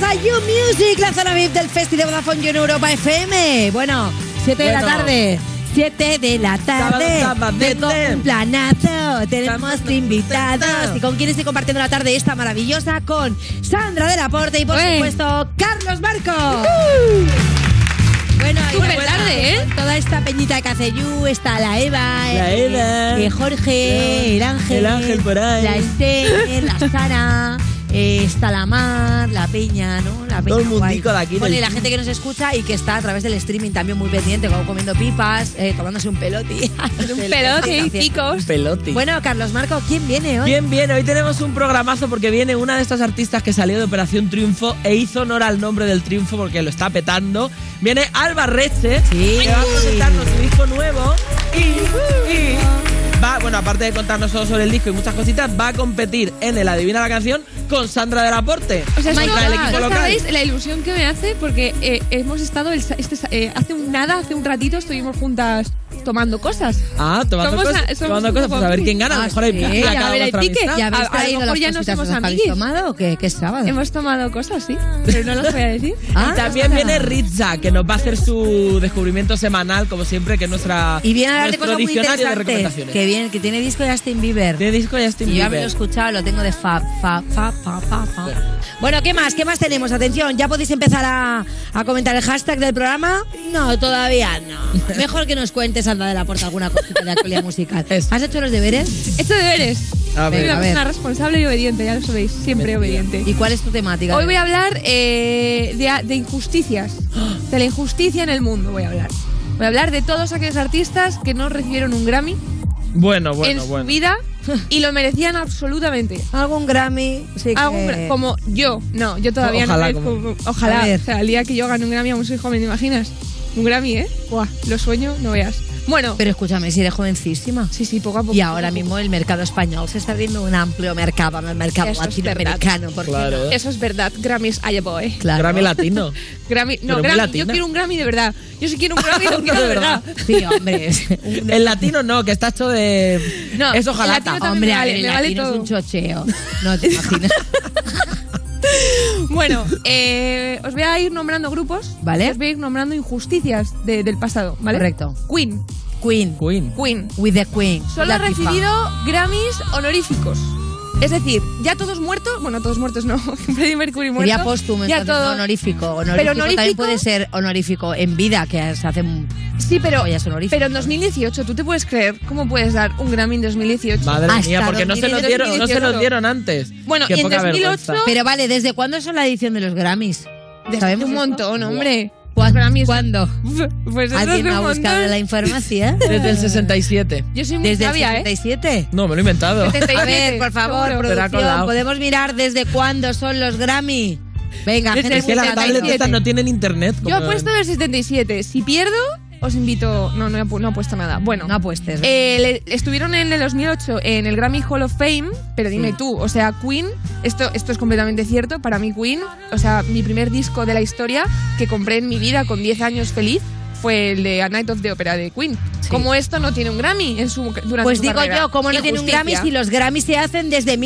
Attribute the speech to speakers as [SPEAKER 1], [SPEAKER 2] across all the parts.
[SPEAKER 1] Radio Music, la zona VIP del Festival de Vodafone You en Europa FM. Bueno, 7 de la
[SPEAKER 2] Bueno.
[SPEAKER 1] tarde. 7 de la
[SPEAKER 2] Sábado,
[SPEAKER 1] tarde.
[SPEAKER 2] sábado,
[SPEAKER 1] Tengo
[SPEAKER 2] vete.
[SPEAKER 1] un planazo. Tenemos
[SPEAKER 2] Sábado,
[SPEAKER 1] invitados.
[SPEAKER 2] vete.
[SPEAKER 1] ¿Y con quién estoy compartiendo la tarde esta maravillosa? Con Sandra del Aporte y, por
[SPEAKER 3] Bueno.
[SPEAKER 1] supuesto, Carlos Marcos. Bueno, y
[SPEAKER 3] Súper
[SPEAKER 1] bueno,
[SPEAKER 3] tarde, ¿eh?
[SPEAKER 1] Toda esta peñita de Cacellú, está la Eva,
[SPEAKER 2] La
[SPEAKER 1] eh,
[SPEAKER 2] Eva.
[SPEAKER 1] eh, Jorge,
[SPEAKER 2] La-
[SPEAKER 1] el Ángel,
[SPEAKER 2] el Ángel por ahí.
[SPEAKER 1] la Esther, Este, eh, la Sara, eh, está la Mar, la Peña, ¿no? La Peña
[SPEAKER 2] Todo el
[SPEAKER 1] guay.
[SPEAKER 2] mundico de aquí
[SPEAKER 1] Bueno,
[SPEAKER 2] del-
[SPEAKER 1] y la gente que nos escucha y que está a través del streaming también muy pendiente, como comiendo pipas, eh, tomándose un peloti.
[SPEAKER 3] Un pelote y picos.
[SPEAKER 2] Pelote.
[SPEAKER 1] Bueno, Carlos Marco, ¿quién viene hoy?
[SPEAKER 2] Bien, bien, hoy tenemos un programazo porque viene una de estas artistas que salió de Operación Triunfo e hizo honor al nombre del triunfo porque lo está petando. Viene Alba Reche,
[SPEAKER 1] Sí.
[SPEAKER 2] que va a presentarnos su disco nuevo y, y va, bueno, aparte de contarnos todo sobre el disco y muchas cositas, va a competir en el Adivina la Canción con Sandra del Aporte.
[SPEAKER 3] O sea,
[SPEAKER 2] contra
[SPEAKER 3] esto,
[SPEAKER 2] el equipo
[SPEAKER 3] no
[SPEAKER 2] local.
[SPEAKER 3] sabéis la ilusión que me hace porque eh, hemos estado el sa- este sa- eh, hace un nada, hace un ratito estuvimos juntas tomando cosas.
[SPEAKER 2] Ah, tomando
[SPEAKER 3] Somos
[SPEAKER 2] cosas,
[SPEAKER 3] a- somos
[SPEAKER 2] tomando
[SPEAKER 3] un
[SPEAKER 2] cosas, pues a ver
[SPEAKER 3] grupo.
[SPEAKER 2] quién gana, a lo
[SPEAKER 1] Ah,
[SPEAKER 2] mejor hay
[SPEAKER 1] sí,
[SPEAKER 2] pique,
[SPEAKER 1] ya
[SPEAKER 2] acaba
[SPEAKER 3] verá el
[SPEAKER 2] nuestra
[SPEAKER 3] pique,
[SPEAKER 2] amistad.
[SPEAKER 1] ¿Ya habéis
[SPEAKER 3] a- a lo
[SPEAKER 1] traído
[SPEAKER 3] mejor
[SPEAKER 1] las
[SPEAKER 3] ya no
[SPEAKER 1] cositas?
[SPEAKER 3] somos
[SPEAKER 1] ¿Os habéis
[SPEAKER 3] amiguis.
[SPEAKER 1] tomado o qué? ¿Qué es sábado?
[SPEAKER 3] Hemos tomado cosas, sí, pero no las voy a decir.
[SPEAKER 1] Ah,
[SPEAKER 2] También
[SPEAKER 1] Sandra.
[SPEAKER 2] viene Ritza, que nos va a hacer su descubrimiento semanal, como siempre, que es nuestra
[SPEAKER 1] Y viene a hablar de
[SPEAKER 2] nuestro
[SPEAKER 1] cosas muy
[SPEAKER 2] diccionario de
[SPEAKER 1] interesantes.
[SPEAKER 2] recomendaciones.
[SPEAKER 1] Que viene, que tiene disco de Justin Bieber.
[SPEAKER 2] De disco ya estoy
[SPEAKER 1] Y yo ya me lo he escuchado, lo tengo de fa, fa, fa, fa, fa, fa. Bueno, ¿qué más? ¿Qué más tenemos? Atención, ¿ya podéis empezar a, a comentar el hashtag del programa? No, todavía no. Mejor que nos cuentes, Anda de la Puerta, alguna cosita de actualidad musical.
[SPEAKER 2] Eso.
[SPEAKER 1] ¿Has hecho los deberes?
[SPEAKER 3] Esto deberes.
[SPEAKER 2] A ver,
[SPEAKER 3] Soy
[SPEAKER 1] a
[SPEAKER 3] una
[SPEAKER 1] ver.
[SPEAKER 3] persona responsable y obediente, ya lo sabéis, siempre obediente.
[SPEAKER 1] ¿Y cuál es tu temática?
[SPEAKER 3] Hoy voy a hablar eh, de, de injusticias, de la injusticia en el mundo voy a hablar. Voy a hablar de todos aquellos artistas que no recibieron un Grammy
[SPEAKER 2] Bueno,
[SPEAKER 3] en
[SPEAKER 2] bueno,
[SPEAKER 3] su
[SPEAKER 2] bueno.
[SPEAKER 3] vida y lo merecían absolutamente.
[SPEAKER 1] ¿Algún Grammy? Sí,
[SPEAKER 3] Algún
[SPEAKER 1] que-
[SPEAKER 3] gra- como yo, no, yo todavía
[SPEAKER 2] Ojalá,
[SPEAKER 3] no. merezco-
[SPEAKER 2] como-
[SPEAKER 1] A
[SPEAKER 3] Ojalá,
[SPEAKER 1] ver.
[SPEAKER 3] o sea, el día que yo gane un Grammy aún soy joven, ¿te imaginas? Un Grammy, ¿eh? Buah, lo sueño, no veas. Bueno,
[SPEAKER 1] Pero escúchame, si eres jovencísima.
[SPEAKER 3] sí, sí, poco a poco.
[SPEAKER 1] Y
[SPEAKER 3] poco a
[SPEAKER 1] ahora
[SPEAKER 3] poco.
[SPEAKER 1] mismo el mercado español se está abriendo un amplio mercado, en el mercado
[SPEAKER 3] Eso es
[SPEAKER 1] latinoamericano. ¿por qué no?
[SPEAKER 2] Claro.
[SPEAKER 3] Eso es verdad, Grammys haya boy.
[SPEAKER 1] Claro.
[SPEAKER 2] Grammy latino.
[SPEAKER 3] eh. Grammy,
[SPEAKER 2] Pero
[SPEAKER 3] no,
[SPEAKER 2] muy
[SPEAKER 3] Grammy, yo
[SPEAKER 2] latina.
[SPEAKER 3] quiero un Grammy de verdad. Yo sí quiero un Grammy, lo quiero de verdad.
[SPEAKER 1] Sí, hombre.
[SPEAKER 2] El latino no, que está hecho de...
[SPEAKER 3] No,
[SPEAKER 2] es ojalá.
[SPEAKER 3] el latino también
[SPEAKER 1] Hombre,
[SPEAKER 3] me
[SPEAKER 1] a
[SPEAKER 3] vale,
[SPEAKER 1] ver, el
[SPEAKER 3] me vale
[SPEAKER 1] latino es
[SPEAKER 3] todo.
[SPEAKER 1] un chocheo. No te imaginas.
[SPEAKER 3] Bueno, eh, os voy a ir nombrando grupos.
[SPEAKER 1] Vale.
[SPEAKER 3] Os voy a ir nombrando injusticias de- del pasado, ¿vale?
[SPEAKER 1] Correcto.
[SPEAKER 3] Queen,
[SPEAKER 1] Queen.
[SPEAKER 2] Queen.
[SPEAKER 3] Queen.
[SPEAKER 1] With the Queen.
[SPEAKER 3] Solo ha
[SPEAKER 1] La tipa.
[SPEAKER 3] recibido Grammys honoríficos. Es decir, ya todos muertos, bueno, todos muertos no, Freddie Mercury muerto.
[SPEAKER 1] Sería póstumo,
[SPEAKER 3] ya
[SPEAKER 1] entonces,
[SPEAKER 3] todo.
[SPEAKER 1] no honorífico. honorífico. también
[SPEAKER 3] honorífico-
[SPEAKER 1] puede ser honorífico en vida, que se hace un-
[SPEAKER 3] Sí, pero,
[SPEAKER 1] Oye, es honorífico.
[SPEAKER 3] pero en 2018, ¿tú te puedes creer cómo puedes dar un Grammy en 2018?
[SPEAKER 2] Madre
[SPEAKER 1] Hasta
[SPEAKER 2] mía, porque no se, nos
[SPEAKER 1] 2018.
[SPEAKER 2] dieron, no se nos dieron antes.
[SPEAKER 3] Bueno,
[SPEAKER 2] Qué
[SPEAKER 3] y en
[SPEAKER 2] poca
[SPEAKER 3] 2008
[SPEAKER 2] vergüenza.
[SPEAKER 1] Pero vale, ¿desde cuándo son la edición de los Grammys?
[SPEAKER 3] Desde hace
[SPEAKER 1] ¿Sabemos
[SPEAKER 3] un
[SPEAKER 1] esto?
[SPEAKER 3] montón, hombre.
[SPEAKER 1] ¿Cuán-
[SPEAKER 3] Grammys-
[SPEAKER 1] ¿Cuándo?
[SPEAKER 3] Pues desde
[SPEAKER 1] ¿Alguien
[SPEAKER 3] hace
[SPEAKER 1] ha
[SPEAKER 3] un
[SPEAKER 1] buscado
[SPEAKER 3] montón.
[SPEAKER 1] la información?
[SPEAKER 2] Desde el 67.
[SPEAKER 3] Yo soy muy
[SPEAKER 1] ¿Desde el
[SPEAKER 3] sabia, ¿eh?
[SPEAKER 1] 67?
[SPEAKER 2] No, me lo he inventado.
[SPEAKER 1] A ver, por favor,
[SPEAKER 3] Seguro.
[SPEAKER 1] producción,
[SPEAKER 2] colado.
[SPEAKER 1] ¿podemos mirar desde cuándo son los Grammy? Venga,
[SPEAKER 3] Desde
[SPEAKER 1] gente
[SPEAKER 2] Es que
[SPEAKER 1] muy
[SPEAKER 2] las
[SPEAKER 3] setenta y
[SPEAKER 1] atenta.
[SPEAKER 2] tablets estas
[SPEAKER 3] siete.
[SPEAKER 2] no tienen internet. como
[SPEAKER 3] Yo apuesto
[SPEAKER 2] en-
[SPEAKER 3] del 77. Si pierdo, os invito. No, no he, apu- no he puesto nada. Bueno,
[SPEAKER 1] No apuestes.
[SPEAKER 3] eh, le- estuvieron en el 2008 en el Grammy Hall of Fame, pero dime
[SPEAKER 1] Mm.
[SPEAKER 3] tú, o sea, Queen, esto, esto es completamente cierto. Para mí, Queen, o sea, mi primer disco de la historia que compré en mi vida con 10 años feliz fue el de A Night of the Opera de Queen.
[SPEAKER 1] Sí.
[SPEAKER 3] Como esto no tiene un Grammy en su, durante
[SPEAKER 1] Pues
[SPEAKER 3] su
[SPEAKER 1] digo
[SPEAKER 3] carrera.
[SPEAKER 1] yo, ¿cómo no tiene un
[SPEAKER 3] Injusticia.
[SPEAKER 1] Grammy si los Grammys se hacen desde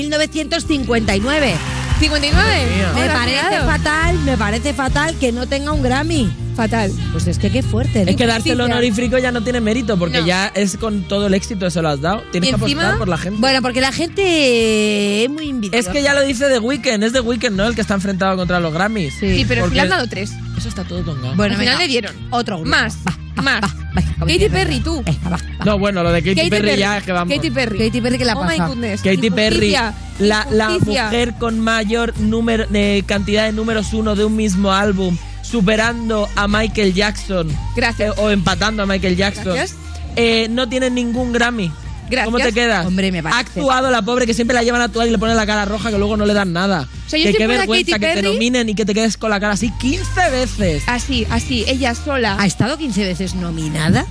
[SPEAKER 1] 1959?
[SPEAKER 3] 59.
[SPEAKER 2] mía.
[SPEAKER 1] Me
[SPEAKER 3] Ah, Hola,
[SPEAKER 1] parece
[SPEAKER 3] cuidado.
[SPEAKER 1] fatal, me parece fatal que no tenga un Grammy.
[SPEAKER 3] fatal.
[SPEAKER 1] Pues es que qué fuerte. ¿no?
[SPEAKER 2] Es que dárselo
[SPEAKER 3] Justicia.
[SPEAKER 2] honorífico ya no tiene mérito, porque
[SPEAKER 3] No.
[SPEAKER 2] ya es con todo el éxito eso lo has dado. Tienes
[SPEAKER 3] Y
[SPEAKER 2] que apostar
[SPEAKER 3] encima-
[SPEAKER 2] por la gente.
[SPEAKER 1] Bueno, porque la gente es muy invidiosa.
[SPEAKER 2] es que ya lo dice The Weeknd, es The Weeknd, ¿no? El que está enfrentado contra los Grammys.
[SPEAKER 1] Sí,
[SPEAKER 3] Sí, pero al
[SPEAKER 2] porque-
[SPEAKER 3] final han dado tres.
[SPEAKER 2] Eso está todo tongado.
[SPEAKER 1] Bueno,
[SPEAKER 3] al final
[SPEAKER 1] venga,
[SPEAKER 3] le dieron.
[SPEAKER 1] Otro grupo.
[SPEAKER 3] Más,
[SPEAKER 1] Va, va,
[SPEAKER 3] más.
[SPEAKER 1] va, va,
[SPEAKER 3] Katy Perry, tú.
[SPEAKER 1] Venga, va, va.
[SPEAKER 2] no, bueno, lo de Katy, Perry, ya es que vamos.
[SPEAKER 3] Katy
[SPEAKER 2] Katy,
[SPEAKER 3] Perry.
[SPEAKER 1] Katy Perry, ¿qué le ha
[SPEAKER 3] oh my
[SPEAKER 1] pasado?
[SPEAKER 3] goodness.
[SPEAKER 2] Perry,
[SPEAKER 3] Injusticia,
[SPEAKER 2] la, la
[SPEAKER 3] injusticia.
[SPEAKER 2] mujer con mayor número de cantidad de números uno de un mismo álbum, superando a Michael Jackson.
[SPEAKER 3] Gracias.
[SPEAKER 2] Eh, o empatando a Michael Jackson.
[SPEAKER 3] Gracias.
[SPEAKER 2] Eh, no tiene ningún Grammy.
[SPEAKER 3] Gracias.
[SPEAKER 2] ¿Cómo te quedas?
[SPEAKER 1] Hombre, me
[SPEAKER 2] ha
[SPEAKER 1] parece.
[SPEAKER 2] actuado la pobre que siempre la llevan a actuar y le ponen la cara roja que luego no le dan nada.
[SPEAKER 3] sea, yo
[SPEAKER 2] que
[SPEAKER 3] si
[SPEAKER 2] qué
[SPEAKER 3] fuera
[SPEAKER 2] vergüenza
[SPEAKER 3] Katy
[SPEAKER 2] que te
[SPEAKER 3] Perry- Ah,
[SPEAKER 2] nominen y que te quedes con la cara así 15 veces.
[SPEAKER 3] Así, así, ella sola.
[SPEAKER 1] ¿Ha estado 15 veces nominada?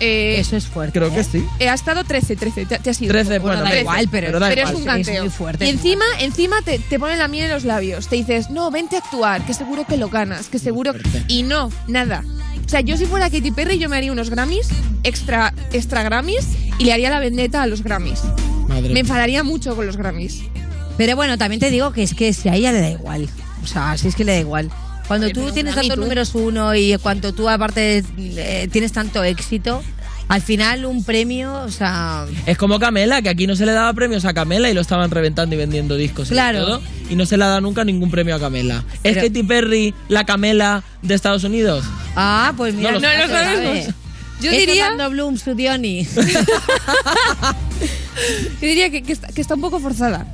[SPEAKER 3] Eh,
[SPEAKER 1] Eso es fuerte.
[SPEAKER 2] Creo que
[SPEAKER 1] ¿eh?
[SPEAKER 2] sí.
[SPEAKER 3] eh, ha estado 13, 13. Te, te has ido.
[SPEAKER 2] 13,
[SPEAKER 1] Bueno,
[SPEAKER 2] bueno,
[SPEAKER 1] da igual, pero-
[SPEAKER 2] da
[SPEAKER 3] Pero es
[SPEAKER 2] igual.
[SPEAKER 3] un canteo.
[SPEAKER 1] Es muy fuerte.
[SPEAKER 3] Y encima, encima te, te ponen la miel en los labios. Te dices, no, vente a actuar, que seguro que lo ganas, que seguro.
[SPEAKER 2] fuerte.
[SPEAKER 3] Y no, nada. O sea, yo si fuera Katy Perry, yo me haría unos Grammys, extra, extra Grammys, y le haría la vendetta a los Grammys.
[SPEAKER 2] Madre
[SPEAKER 3] Me
[SPEAKER 2] mía.
[SPEAKER 3] enfadaría mucho con los Grammys.
[SPEAKER 1] Pero bueno, también te digo que es que si a ella le da igual. O sea, si es que le da igual. Cuando
[SPEAKER 3] Oye,
[SPEAKER 1] tú
[SPEAKER 3] pero
[SPEAKER 1] tienes
[SPEAKER 3] Grammy,
[SPEAKER 1] tantos
[SPEAKER 3] tú.
[SPEAKER 1] números uno y cuando tú aparte eh, tienes tanto éxito, al final un premio, o sea...
[SPEAKER 2] Es como Camela, que aquí no se le daba premios a Camela y lo estaban reventando y vendiendo discos y
[SPEAKER 1] Claro.
[SPEAKER 2] todo, y no se le ha dado nunca ningún premio a Camela. ¿Es
[SPEAKER 1] Pero-
[SPEAKER 2] Katy Perry la Camela de Estados Unidos?
[SPEAKER 1] Ah, pues mira,
[SPEAKER 2] No lo-
[SPEAKER 1] ya
[SPEAKER 3] no
[SPEAKER 1] se
[SPEAKER 3] lo
[SPEAKER 1] sabe.
[SPEAKER 3] sabemos. Yo
[SPEAKER 1] Eso
[SPEAKER 3] diría-
[SPEAKER 1] dando Bloom, su Diony.
[SPEAKER 3] Yo diría que, que está, que está un poco forzada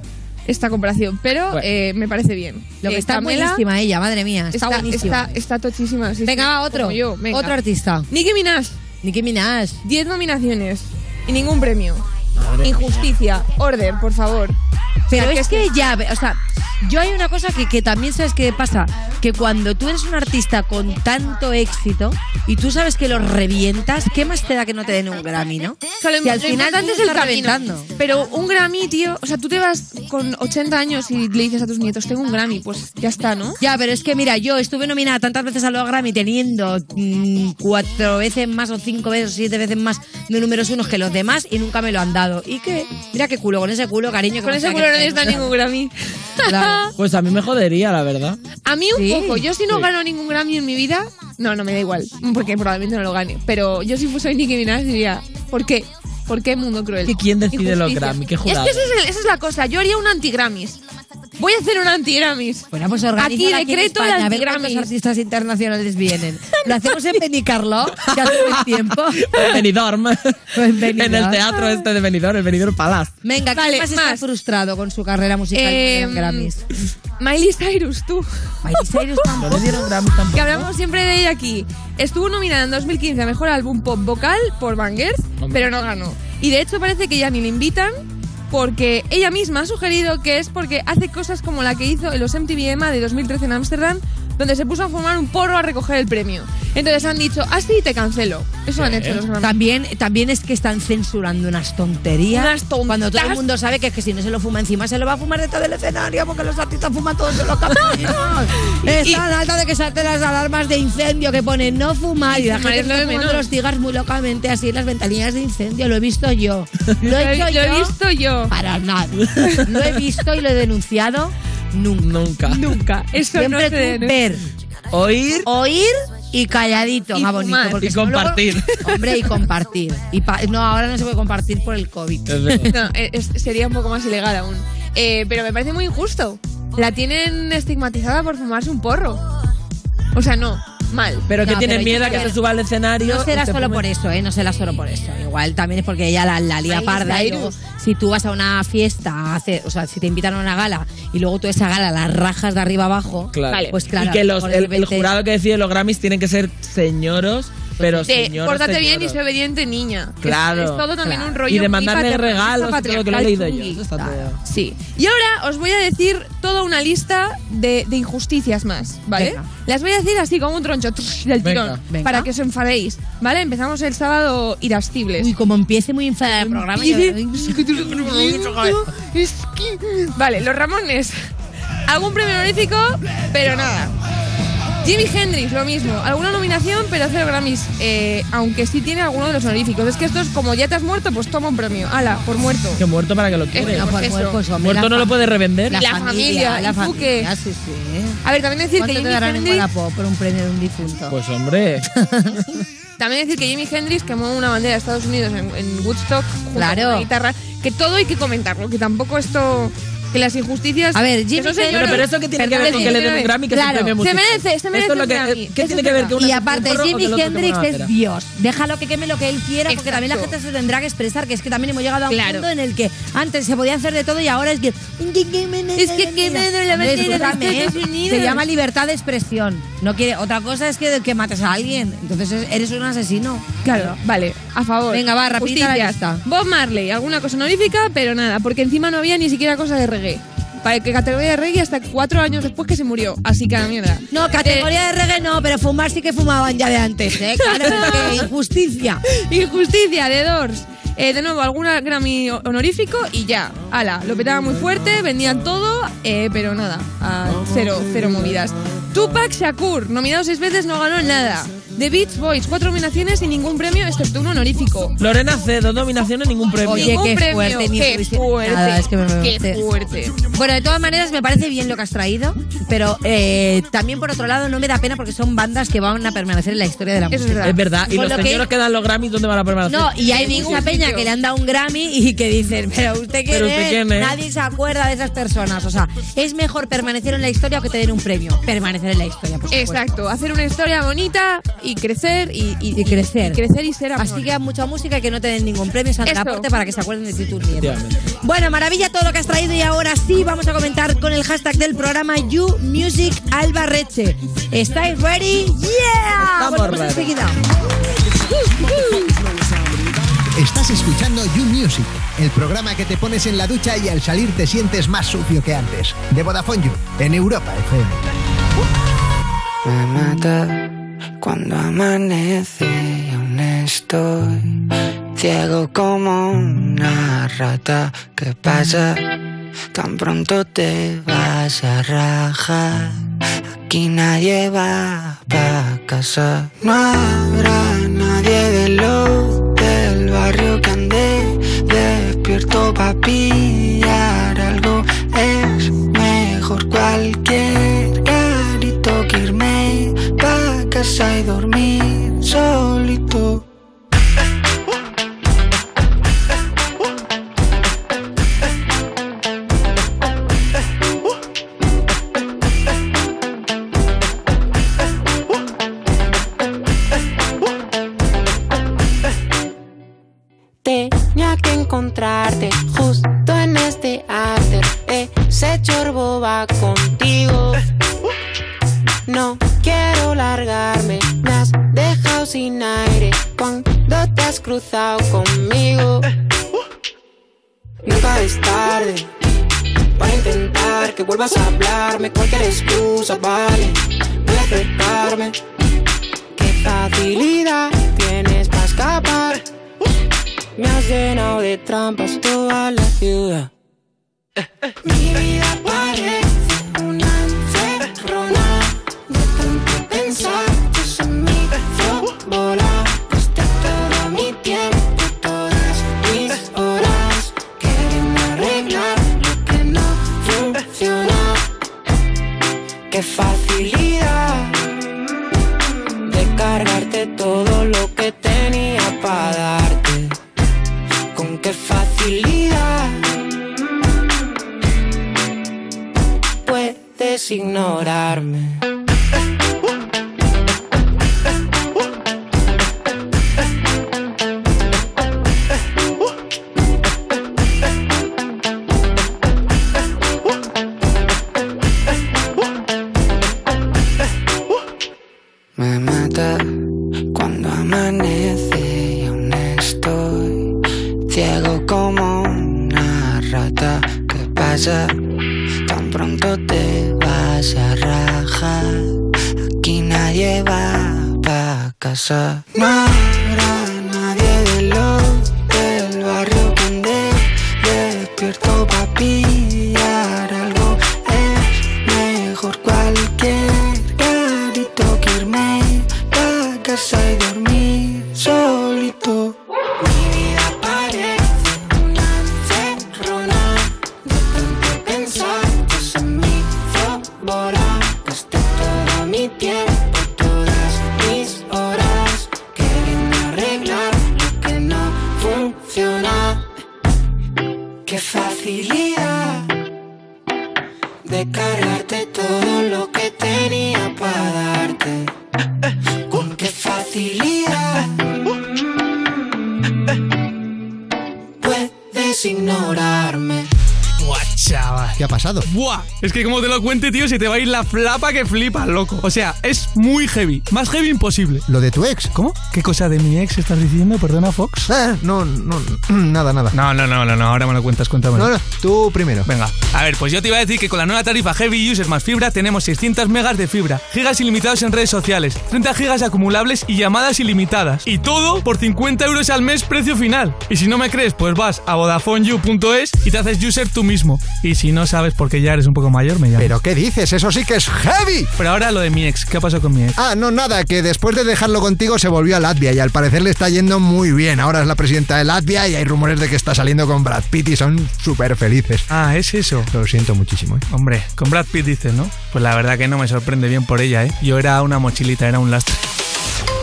[SPEAKER 3] esta comparación, pero
[SPEAKER 2] Bueno.
[SPEAKER 3] eh, me parece bien.
[SPEAKER 1] Lo que
[SPEAKER 3] Eh,
[SPEAKER 1] está
[SPEAKER 3] Camela
[SPEAKER 1] buenísima ella, madre mía. Está, buenísima.
[SPEAKER 3] Está, está tochísima. sí, sí,
[SPEAKER 1] venga, va, otro.
[SPEAKER 3] como yo, venga.
[SPEAKER 1] Otro artista.
[SPEAKER 3] Nicki Minaj,
[SPEAKER 1] Nicki Minaj.
[SPEAKER 3] 10 nominaciones y ningún premio. Injusticia. Order, por favor.
[SPEAKER 1] Pero
[SPEAKER 3] O sea, este
[SPEAKER 1] es que ya, o sea, yo hay una cosa que, que también sabes que pasa, que cuando tú eres un artista con tanto éxito y tú sabes que lo revientas, ¿qué más te da que no te den un Grammy, no?
[SPEAKER 3] O sea, lo
[SPEAKER 1] Si al
[SPEAKER 3] lo
[SPEAKER 1] final
[SPEAKER 3] importante
[SPEAKER 1] tú
[SPEAKER 3] es el
[SPEAKER 1] estás
[SPEAKER 3] camino.
[SPEAKER 1] reventando.
[SPEAKER 3] Pero un Grammy, tío. O sea, tú te vas con 80 años y le dices a tus nietos, tengo un Grammy, pues ya está, ¿no?
[SPEAKER 1] Ya, pero es que mira, yo estuve nominada tantas veces a los Grammy teniendo mm, cuatro veces más o cinco veces o siete veces más de números unos que los demás y nunca me lo han dado. ¿Y qué? Mira qué culo, con ese culo, cariño. que
[SPEAKER 3] Con
[SPEAKER 1] me
[SPEAKER 3] ese
[SPEAKER 1] saque
[SPEAKER 3] culo no
[SPEAKER 1] el-
[SPEAKER 3] necesitas ningún Grammy.
[SPEAKER 1] Claro.
[SPEAKER 2] Pues a mí me jodería, la verdad.
[SPEAKER 3] A mí un
[SPEAKER 1] Sí.
[SPEAKER 3] poco. Yo si no gano ningún Grammy en mi vida, no, no me da igual, porque probablemente no lo gane. Pero yo si fuese Nicki Minaj diría, ¿por qué? ¿Por qué mundo cruel?
[SPEAKER 2] ¿Que quién decide los
[SPEAKER 3] Injusticia.
[SPEAKER 2] Grammy? ¿Qué
[SPEAKER 3] Es
[SPEAKER 2] jurado?
[SPEAKER 3] que esa es, el- esa es la cosa. Yo haría un anti-Grammys. Voy a hacer un anti-Grammys.
[SPEAKER 1] Bueno, pues organiza
[SPEAKER 3] Aquí decreto el
[SPEAKER 1] a ver cuántos
[SPEAKER 3] anti-Grammys.
[SPEAKER 1] artistas internacionales vienen. Lo hacemos en Benicarlo, que hace buen tiempo.
[SPEAKER 2] En Pues Benidorm.
[SPEAKER 1] En
[SPEAKER 2] En
[SPEAKER 1] Benidorm.
[SPEAKER 2] el teatro este de Benidorm, el Benidorm Palace.
[SPEAKER 1] Venga, ¿quién
[SPEAKER 3] Vale,
[SPEAKER 1] más, está
[SPEAKER 3] más.
[SPEAKER 1] frustrado con su carrera musical
[SPEAKER 3] Eh,
[SPEAKER 1] en los Grammys?
[SPEAKER 3] Miley Cyrus, tú.
[SPEAKER 1] Miley Cyrus
[SPEAKER 2] No le
[SPEAKER 1] tampoco.
[SPEAKER 2] dieron Grammy tampoco.
[SPEAKER 3] Que hablamos siempre de ella aquí. Estuvo nominada en 2015 a Mejor Álbum Pop Vocal por Bangers,
[SPEAKER 2] Hombre.
[SPEAKER 3] pero no ganó. Y de hecho parece que ya ni le invitan porque ella misma ha sugerido que es porque hace cosas como la que hizo en los MTV EMA de 2013 en Ámsterdam, donde se puso a formar un porro a recoger el premio. Entonces han dicho, así te cancelo. Eso han hecho los Grammys.
[SPEAKER 1] También, también es que están censurando unas tonterías.
[SPEAKER 3] Unas tontas.
[SPEAKER 1] Cuando todo el mundo sabe que, es que si no se lo fuma encima, se lo va a fumar detrás del escenario porque los artistas fuman todos en los camerinos. Están alta de que salten las alarmas de incendio que ponen no fumar y la
[SPEAKER 3] Fumar
[SPEAKER 1] gente
[SPEAKER 3] es lo
[SPEAKER 1] está
[SPEAKER 3] de
[SPEAKER 1] fumando
[SPEAKER 3] menos.
[SPEAKER 1] los cigarros muy locamente así en las ventanillas de incendio. Lo he visto yo. Lo
[SPEAKER 3] Lo
[SPEAKER 1] he,
[SPEAKER 3] he,
[SPEAKER 1] hecho
[SPEAKER 3] lo he
[SPEAKER 1] yo.
[SPEAKER 3] visto yo.
[SPEAKER 1] Para nada. Lo he visto y lo he denunciado nunca.
[SPEAKER 2] Nunca.
[SPEAKER 3] Nunca. Eso no
[SPEAKER 1] Siempre
[SPEAKER 3] se
[SPEAKER 1] tú
[SPEAKER 3] denuncia.
[SPEAKER 1] ver,
[SPEAKER 2] Oír.
[SPEAKER 1] oír y calladito.
[SPEAKER 3] Y
[SPEAKER 1] más bonito.
[SPEAKER 3] fumar.
[SPEAKER 1] porque
[SPEAKER 2] Y
[SPEAKER 1] si no, luego-
[SPEAKER 2] compartir.
[SPEAKER 1] hombre, y compartir. Y pa- no, ahora no se puede compartir por el COVID.
[SPEAKER 2] Es verdad.
[SPEAKER 3] No, eh, es- sería un poco más ilegal aún. Eh, pero me parece muy injusto. La tienen estigmatizada por fumarse un porro. O sea, no, mal.
[SPEAKER 2] Pero que
[SPEAKER 1] No,
[SPEAKER 2] tiene
[SPEAKER 1] pero yo
[SPEAKER 2] miedo a que
[SPEAKER 1] creo-
[SPEAKER 2] se suba al escenario.
[SPEAKER 1] No será
[SPEAKER 2] y se
[SPEAKER 1] solo
[SPEAKER 2] fume.
[SPEAKER 1] por eso, ¿eh? No será solo por eso. Igual también es porque ella la, la lía
[SPEAKER 3] Miley
[SPEAKER 1] parda. y luego,
[SPEAKER 3] Cyrus.
[SPEAKER 1] si tú vas a una fiesta, a hacer- o sea, si te invitan a una gala y luego tú esa gala la rajas de arriba abajo,
[SPEAKER 2] Claro.
[SPEAKER 1] pues claro.
[SPEAKER 2] y que los,
[SPEAKER 1] por
[SPEAKER 2] el, el
[SPEAKER 1] repente-
[SPEAKER 2] jurado que decide los Grammys tienen que ser señoros, pero
[SPEAKER 3] Te-
[SPEAKER 2] señoros.
[SPEAKER 3] pórtate bien y
[SPEAKER 2] señoros.
[SPEAKER 3] soy obediente niña. Es-
[SPEAKER 2] Claro,
[SPEAKER 3] Es, todo también
[SPEAKER 1] claro.
[SPEAKER 3] un rollo.
[SPEAKER 2] Y de
[SPEAKER 3] muy
[SPEAKER 2] mandarle
[SPEAKER 3] patriarcal-
[SPEAKER 2] regalos y todo, que lo he leído yo.
[SPEAKER 3] chungui.
[SPEAKER 2] Eso está todo.
[SPEAKER 3] Sí. Y ahora os voy a decir toda una lista de, de injusticias más, ¿vale?
[SPEAKER 1] Venga.
[SPEAKER 3] Las voy a decir así como un troncho tss, del
[SPEAKER 2] Venga.
[SPEAKER 3] tirón,
[SPEAKER 1] Venga.
[SPEAKER 3] para que os enfadéis, ¿vale? Empezamos el sábado irascibles.
[SPEAKER 1] Uy, como empiece muy enfadada el programa. yo-
[SPEAKER 3] Es que- Vale, los Ramones. Algún premio honorífico, pero nada. Jimi Hendrix, lo mismo. Alguna nominación, pero cero Grammys. Eh, aunque sí tiene alguno de los honoríficos. Es que esto es como ya te has muerto, pues toma un premio. Ala, por muerto.
[SPEAKER 2] Que muerto para que lo
[SPEAKER 3] Eh,
[SPEAKER 2] quiere.
[SPEAKER 1] No, por
[SPEAKER 3] Eso.
[SPEAKER 1] favor, pues, hombre,
[SPEAKER 2] Muerto
[SPEAKER 1] la
[SPEAKER 2] no lo
[SPEAKER 1] fa-
[SPEAKER 2] puede revender.
[SPEAKER 1] La,
[SPEAKER 3] La
[SPEAKER 1] familia, la
[SPEAKER 3] familia, ¿y tú qué?
[SPEAKER 1] familia, sí, sí.
[SPEAKER 3] A ver, también decir que
[SPEAKER 1] ¿Cuánto te
[SPEAKER 3] Jimi
[SPEAKER 1] darán en
[SPEAKER 3] Hendrix...
[SPEAKER 1] Guadapó por un premio de un difunto?
[SPEAKER 2] Pues hombre,
[SPEAKER 3] También decir que Jimi Hendrix quemó una bandera de Estados Unidos en, en Woodstock junto
[SPEAKER 1] Claro.
[SPEAKER 3] con una guitarra. Que todo hay que comentarlo, que tampoco esto... Que las injusticias...
[SPEAKER 1] A ver,
[SPEAKER 3] que
[SPEAKER 1] Jimi
[SPEAKER 3] son
[SPEAKER 1] Hendrix-
[SPEAKER 2] Bueno,
[SPEAKER 3] señores-
[SPEAKER 2] pero eso que tiene que ver con que le den un Grammy que
[SPEAKER 1] Claro.
[SPEAKER 2] se premio
[SPEAKER 3] Se
[SPEAKER 2] musical.
[SPEAKER 3] merece, se merece
[SPEAKER 2] Esto es lo
[SPEAKER 3] un
[SPEAKER 2] que,
[SPEAKER 3] Grammy.
[SPEAKER 2] ¿Qué
[SPEAKER 3] Eso
[SPEAKER 2] tiene
[SPEAKER 3] es
[SPEAKER 2] que ver
[SPEAKER 3] verdad.
[SPEAKER 2] que una
[SPEAKER 1] Y
[SPEAKER 2] se queme
[SPEAKER 1] aparte,
[SPEAKER 2] un porro o que
[SPEAKER 1] Jimi
[SPEAKER 2] el otro queme
[SPEAKER 1] Hendrix
[SPEAKER 2] una
[SPEAKER 1] es
[SPEAKER 2] bandera?
[SPEAKER 1] Dios. Déjalo que queme lo que él quiera, porque
[SPEAKER 3] Exacto.
[SPEAKER 1] también la gente se tendrá que expresar que es que también hemos llegado a un
[SPEAKER 3] Claro.
[SPEAKER 1] mundo en el que antes se podía hacer de todo y ahora es que. Es
[SPEAKER 3] Es que quemen la bandera de Estados Unidos.
[SPEAKER 1] ¿eh? Se llama libertad de expresión. No quiere. Otra cosa es que, que mates a alguien. Entonces eres un asesino.
[SPEAKER 3] Claro, vale, a favor.
[SPEAKER 1] Venga, va, rapidita la
[SPEAKER 3] Justicias.
[SPEAKER 1] lista.
[SPEAKER 3] Bob Marley, alguna cosa honorífica, pero nada, porque encima no había ni siquiera cosa de reggae. Para que categoría de reggae hasta cuatro años después que se murió. Así que a la mierda.
[SPEAKER 1] No, categoría de reggae no, pero fumar sí que fumaban ya de antes, ¿eh? Claro, es que injusticia.
[SPEAKER 3] Injusticia de Doors. Eh, de nuevo, alguna Grammy honorífico y ya. Ala, lo petaba muy fuerte, vendían todo, eh, pero nada, a cero, cero movidas. Tupac Shakur, nominado seis veces, no ganó nada. The Beach Boys, cuatro nominaciones y ningún premio excepto un honorífico.
[SPEAKER 2] Lorena C, dos nominaciones, ningún premio.
[SPEAKER 1] Oye,
[SPEAKER 3] ningún
[SPEAKER 1] qué
[SPEAKER 3] premio.
[SPEAKER 1] fuerte, ni
[SPEAKER 3] qué
[SPEAKER 1] Eurovisión,
[SPEAKER 3] fuerte,
[SPEAKER 1] nada, es que me
[SPEAKER 3] qué
[SPEAKER 1] parece-
[SPEAKER 3] fuerte.
[SPEAKER 1] Bueno, de todas maneras me parece bien lo que has traído, pero eh, también por otro lado no me da pena porque son bandas que van a permanecer en la historia de la
[SPEAKER 3] Eso es
[SPEAKER 1] música.
[SPEAKER 3] verdad.
[SPEAKER 2] es verdad. ¿Y
[SPEAKER 1] Con
[SPEAKER 2] los
[SPEAKER 1] lo que-
[SPEAKER 2] señores que... dan los Grammys dónde van a permanecer?
[SPEAKER 1] No, y hay
[SPEAKER 3] En ningún
[SPEAKER 1] mucha peña
[SPEAKER 3] sitio.
[SPEAKER 1] que le han dado un Grammy y que dicen, pero usted quién,
[SPEAKER 2] Pero usted
[SPEAKER 1] es?
[SPEAKER 2] quién es.
[SPEAKER 1] nadie se acuerda de esas personas. O sea, es mejor permanecer en la historia o que te den un premio. Permanecer en la historia, por supuesto.
[SPEAKER 3] Exacto, hacer una historia bonita y crecer y,
[SPEAKER 1] Y crecer.
[SPEAKER 3] Y crecer y ser amor.
[SPEAKER 1] Así que mucha música y que no te den ningún premio, Sandra
[SPEAKER 3] Esto.
[SPEAKER 1] Porte, para que se acuerden de ti tus miembros.
[SPEAKER 2] Efectivamente.
[SPEAKER 1] Bueno, maravilla todo lo que has traído y ahora sí vamos a comentar con el hashtag del programa YouMusicAlbarreche. ¿Estáis ready? ¡Yeah!
[SPEAKER 2] Estamos
[SPEAKER 1] Volvemos
[SPEAKER 2] ready.
[SPEAKER 1] enseguida.
[SPEAKER 4] Estás escuchando You Music, el programa que te pones en la ducha y al salir te sientes más sucio que antes. De Vodafone You, en Europa FM.
[SPEAKER 5] Me mata cuando amanece y aún estoy ciego como una rata. ¿Qué pasa? Tan pronto te vas a rajar. Aquí nadie va pa' casa. No habrá nadie de los del barrio que ande despierto pa' pillar algo. Es mejor cualquier garito que irme pa' casa y dormir solito. Tenía que encontrarte justo en este after. Ese chorbo va contigo. No quiero largarme, me has dejado sin aire cuando te has cruzado conmigo. Nunca es tarde para intentar que vuelvas a hablarme. Cualquier excusa vale, voy a acercarme. Qué facilidad tienes para escapar. Me has llenado de trampas toda la ciudad. Mi vida parece una encerrona De tanto pensar que se me hizo bola Gasté todo mi tiempo, todas mis horas Queriendo arreglar lo que no funciona Qué facilidad De cargarte todo lo que tenía para darte Con qué facilidad puedes ignorarme. Me mata cuando amanece y aún estoy ciego como una rata. ¿Qué pasa? Tan pronto te vas a rajar. Aquí nadie va pa' casa. No habrá nadie de los del barrio que ande despierto pa' pillar algo. Es mejor cualquier garito que irme pa' casa y dormir solito. Mi vida parece una encerrona De tanto pensar que se me hizo bola Gasté todo mi tiempo, todas mis horas Queriendo arreglar lo que no funciona Qué facilidad de cargarte todo lo que tenía para darte Con qué facilidad puedes ignorarme.
[SPEAKER 6] Buah, chaval.
[SPEAKER 4] ¿Qué ha pasado?
[SPEAKER 6] Buah, es que como te lo cuente, tío, se te va a ir la flapa que flipa, loco. O sea, es muy heavy. Más heavy imposible.
[SPEAKER 4] ¿Lo de tu ex?
[SPEAKER 6] ¿Cómo? ¿Qué cosa de mi ex estás diciendo? Perdona, Fox.
[SPEAKER 4] Ah, no, no, nada, nada.
[SPEAKER 6] No, no, no, no, no. Ahora me lo cuentas, cuéntame.
[SPEAKER 4] No, no, tú primero.
[SPEAKER 6] Venga, A ver, pues yo te iba a decir que con la nueva tarifa Heavy User más fibra tenemos 600 megas de fibra, gigas ilimitados en redes sociales, 30 gigas acumulables y llamadas ilimitadas. Y todo por 50 euros al mes precio final. Y si no me crees, pues vas a vodafoneyou.es y te haces user tú mismo. Y si no sabes porque ya eres un poco mayor, me llamas.
[SPEAKER 4] ¿Pero qué dices? Eso sí que es heavy.
[SPEAKER 6] Pero ahora lo de mi ex, ¿qué ha pasado con mi ex?
[SPEAKER 4] Ah, no, nada, que después de dejarlo contigo se volvió a Latvia y al parecer le está yendo muy bien. Ahora es la presidenta de Latvia y hay rumores de que está saliendo con Brad Pitt y son súper felices.
[SPEAKER 6] Ah, es eso.
[SPEAKER 4] Lo siento muchísimo, ¿eh?
[SPEAKER 6] Hombre, con Brad Pitt dices, ¿no? Pues la verdad que no me sorprende bien por ella, ¿eh? Yo era una mochilita, era un lastre.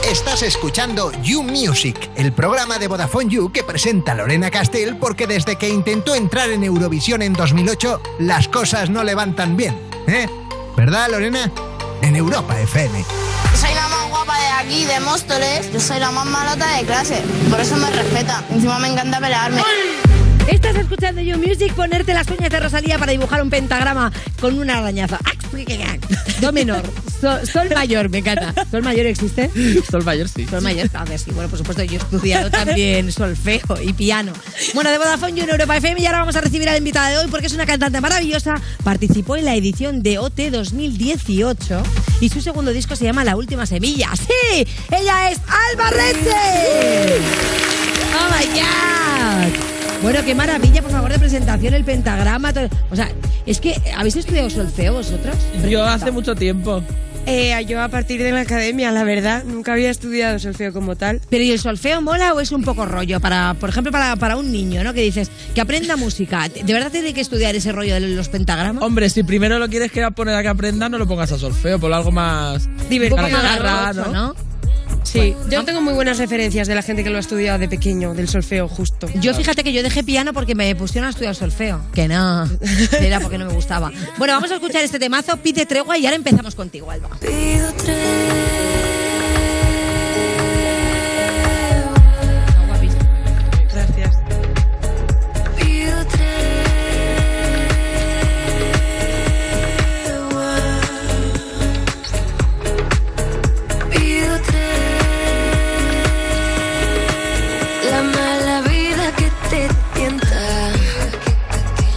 [SPEAKER 4] Estás escuchando You Music, el programa de Vodafone You que presenta Lorena Castell porque desde que intentó entrar en Eurovisión en 2008, las cosas no le van tan bien, ¿eh? ¿Verdad, Lorena? En Europa FM.
[SPEAKER 7] Soy la más guapa de aquí, de Móstoles. Yo soy la más malota de clase. Por eso me respetan. Encima me encanta pelearme.
[SPEAKER 1] Estás escuchando You Music ponerte las uñas de Rosalía para dibujar un pentagrama con un arañazo. Do menor. Sol, sol mayor, me encanta. ¿Sol mayor existe?
[SPEAKER 2] Sol mayor, sí.
[SPEAKER 1] Sol mayor, a ver, sí. Bueno, por supuesto, yo he estudiado también solfeo y piano. Bueno, de Vodafone You en Europa FM y ahora vamos a recibir a la invitada de hoy porque es una cantante maravillosa. Participó en la edición de OT 2018 y su segundo disco se llama La Última Semilla. ¡Sí! ¡Ella es Alba Rete! ¡Oh, my God! Bueno, qué maravilla, por favor, de presentación, el pentagrama. todo. O sea, es que, ¿habéis estudiado solfeo vosotros?
[SPEAKER 2] Yo hace mucho tiempo.
[SPEAKER 8] Eh, yo a partir de la academia, la verdad, nunca había estudiado solfeo como tal.
[SPEAKER 1] Pero ¿y el solfeo mola o es un poco rollo? Para, por ejemplo, para, para un niño, ¿no? Que dices, que aprenda música. ¿De verdad tiene que estudiar ese rollo de los pentagramas?
[SPEAKER 2] Hombre, si primero lo quieres que poner a que aprenda, no lo pongas a solfeo, por algo más
[SPEAKER 1] Un poco
[SPEAKER 2] para que
[SPEAKER 1] más
[SPEAKER 2] agarra,
[SPEAKER 1] rocho,
[SPEAKER 2] ¿no?
[SPEAKER 1] ¿no?
[SPEAKER 8] Sí, yo tengo muy buenas referencias de la gente que lo ha estudiado de pequeño, del solfeo justo.
[SPEAKER 1] Yo fíjate que yo dejé piano porque me pusieron a estudiar solfeo. Que no. Era porque no me gustaba. Bueno, vamos a escuchar este temazo, pide tregua y ahora empezamos contigo, Alba.
[SPEAKER 5] Pido tregua,
[SPEAKER 8] Gracias.
[SPEAKER 5] pido tregua, pido tregua. La mala vida que te tienta,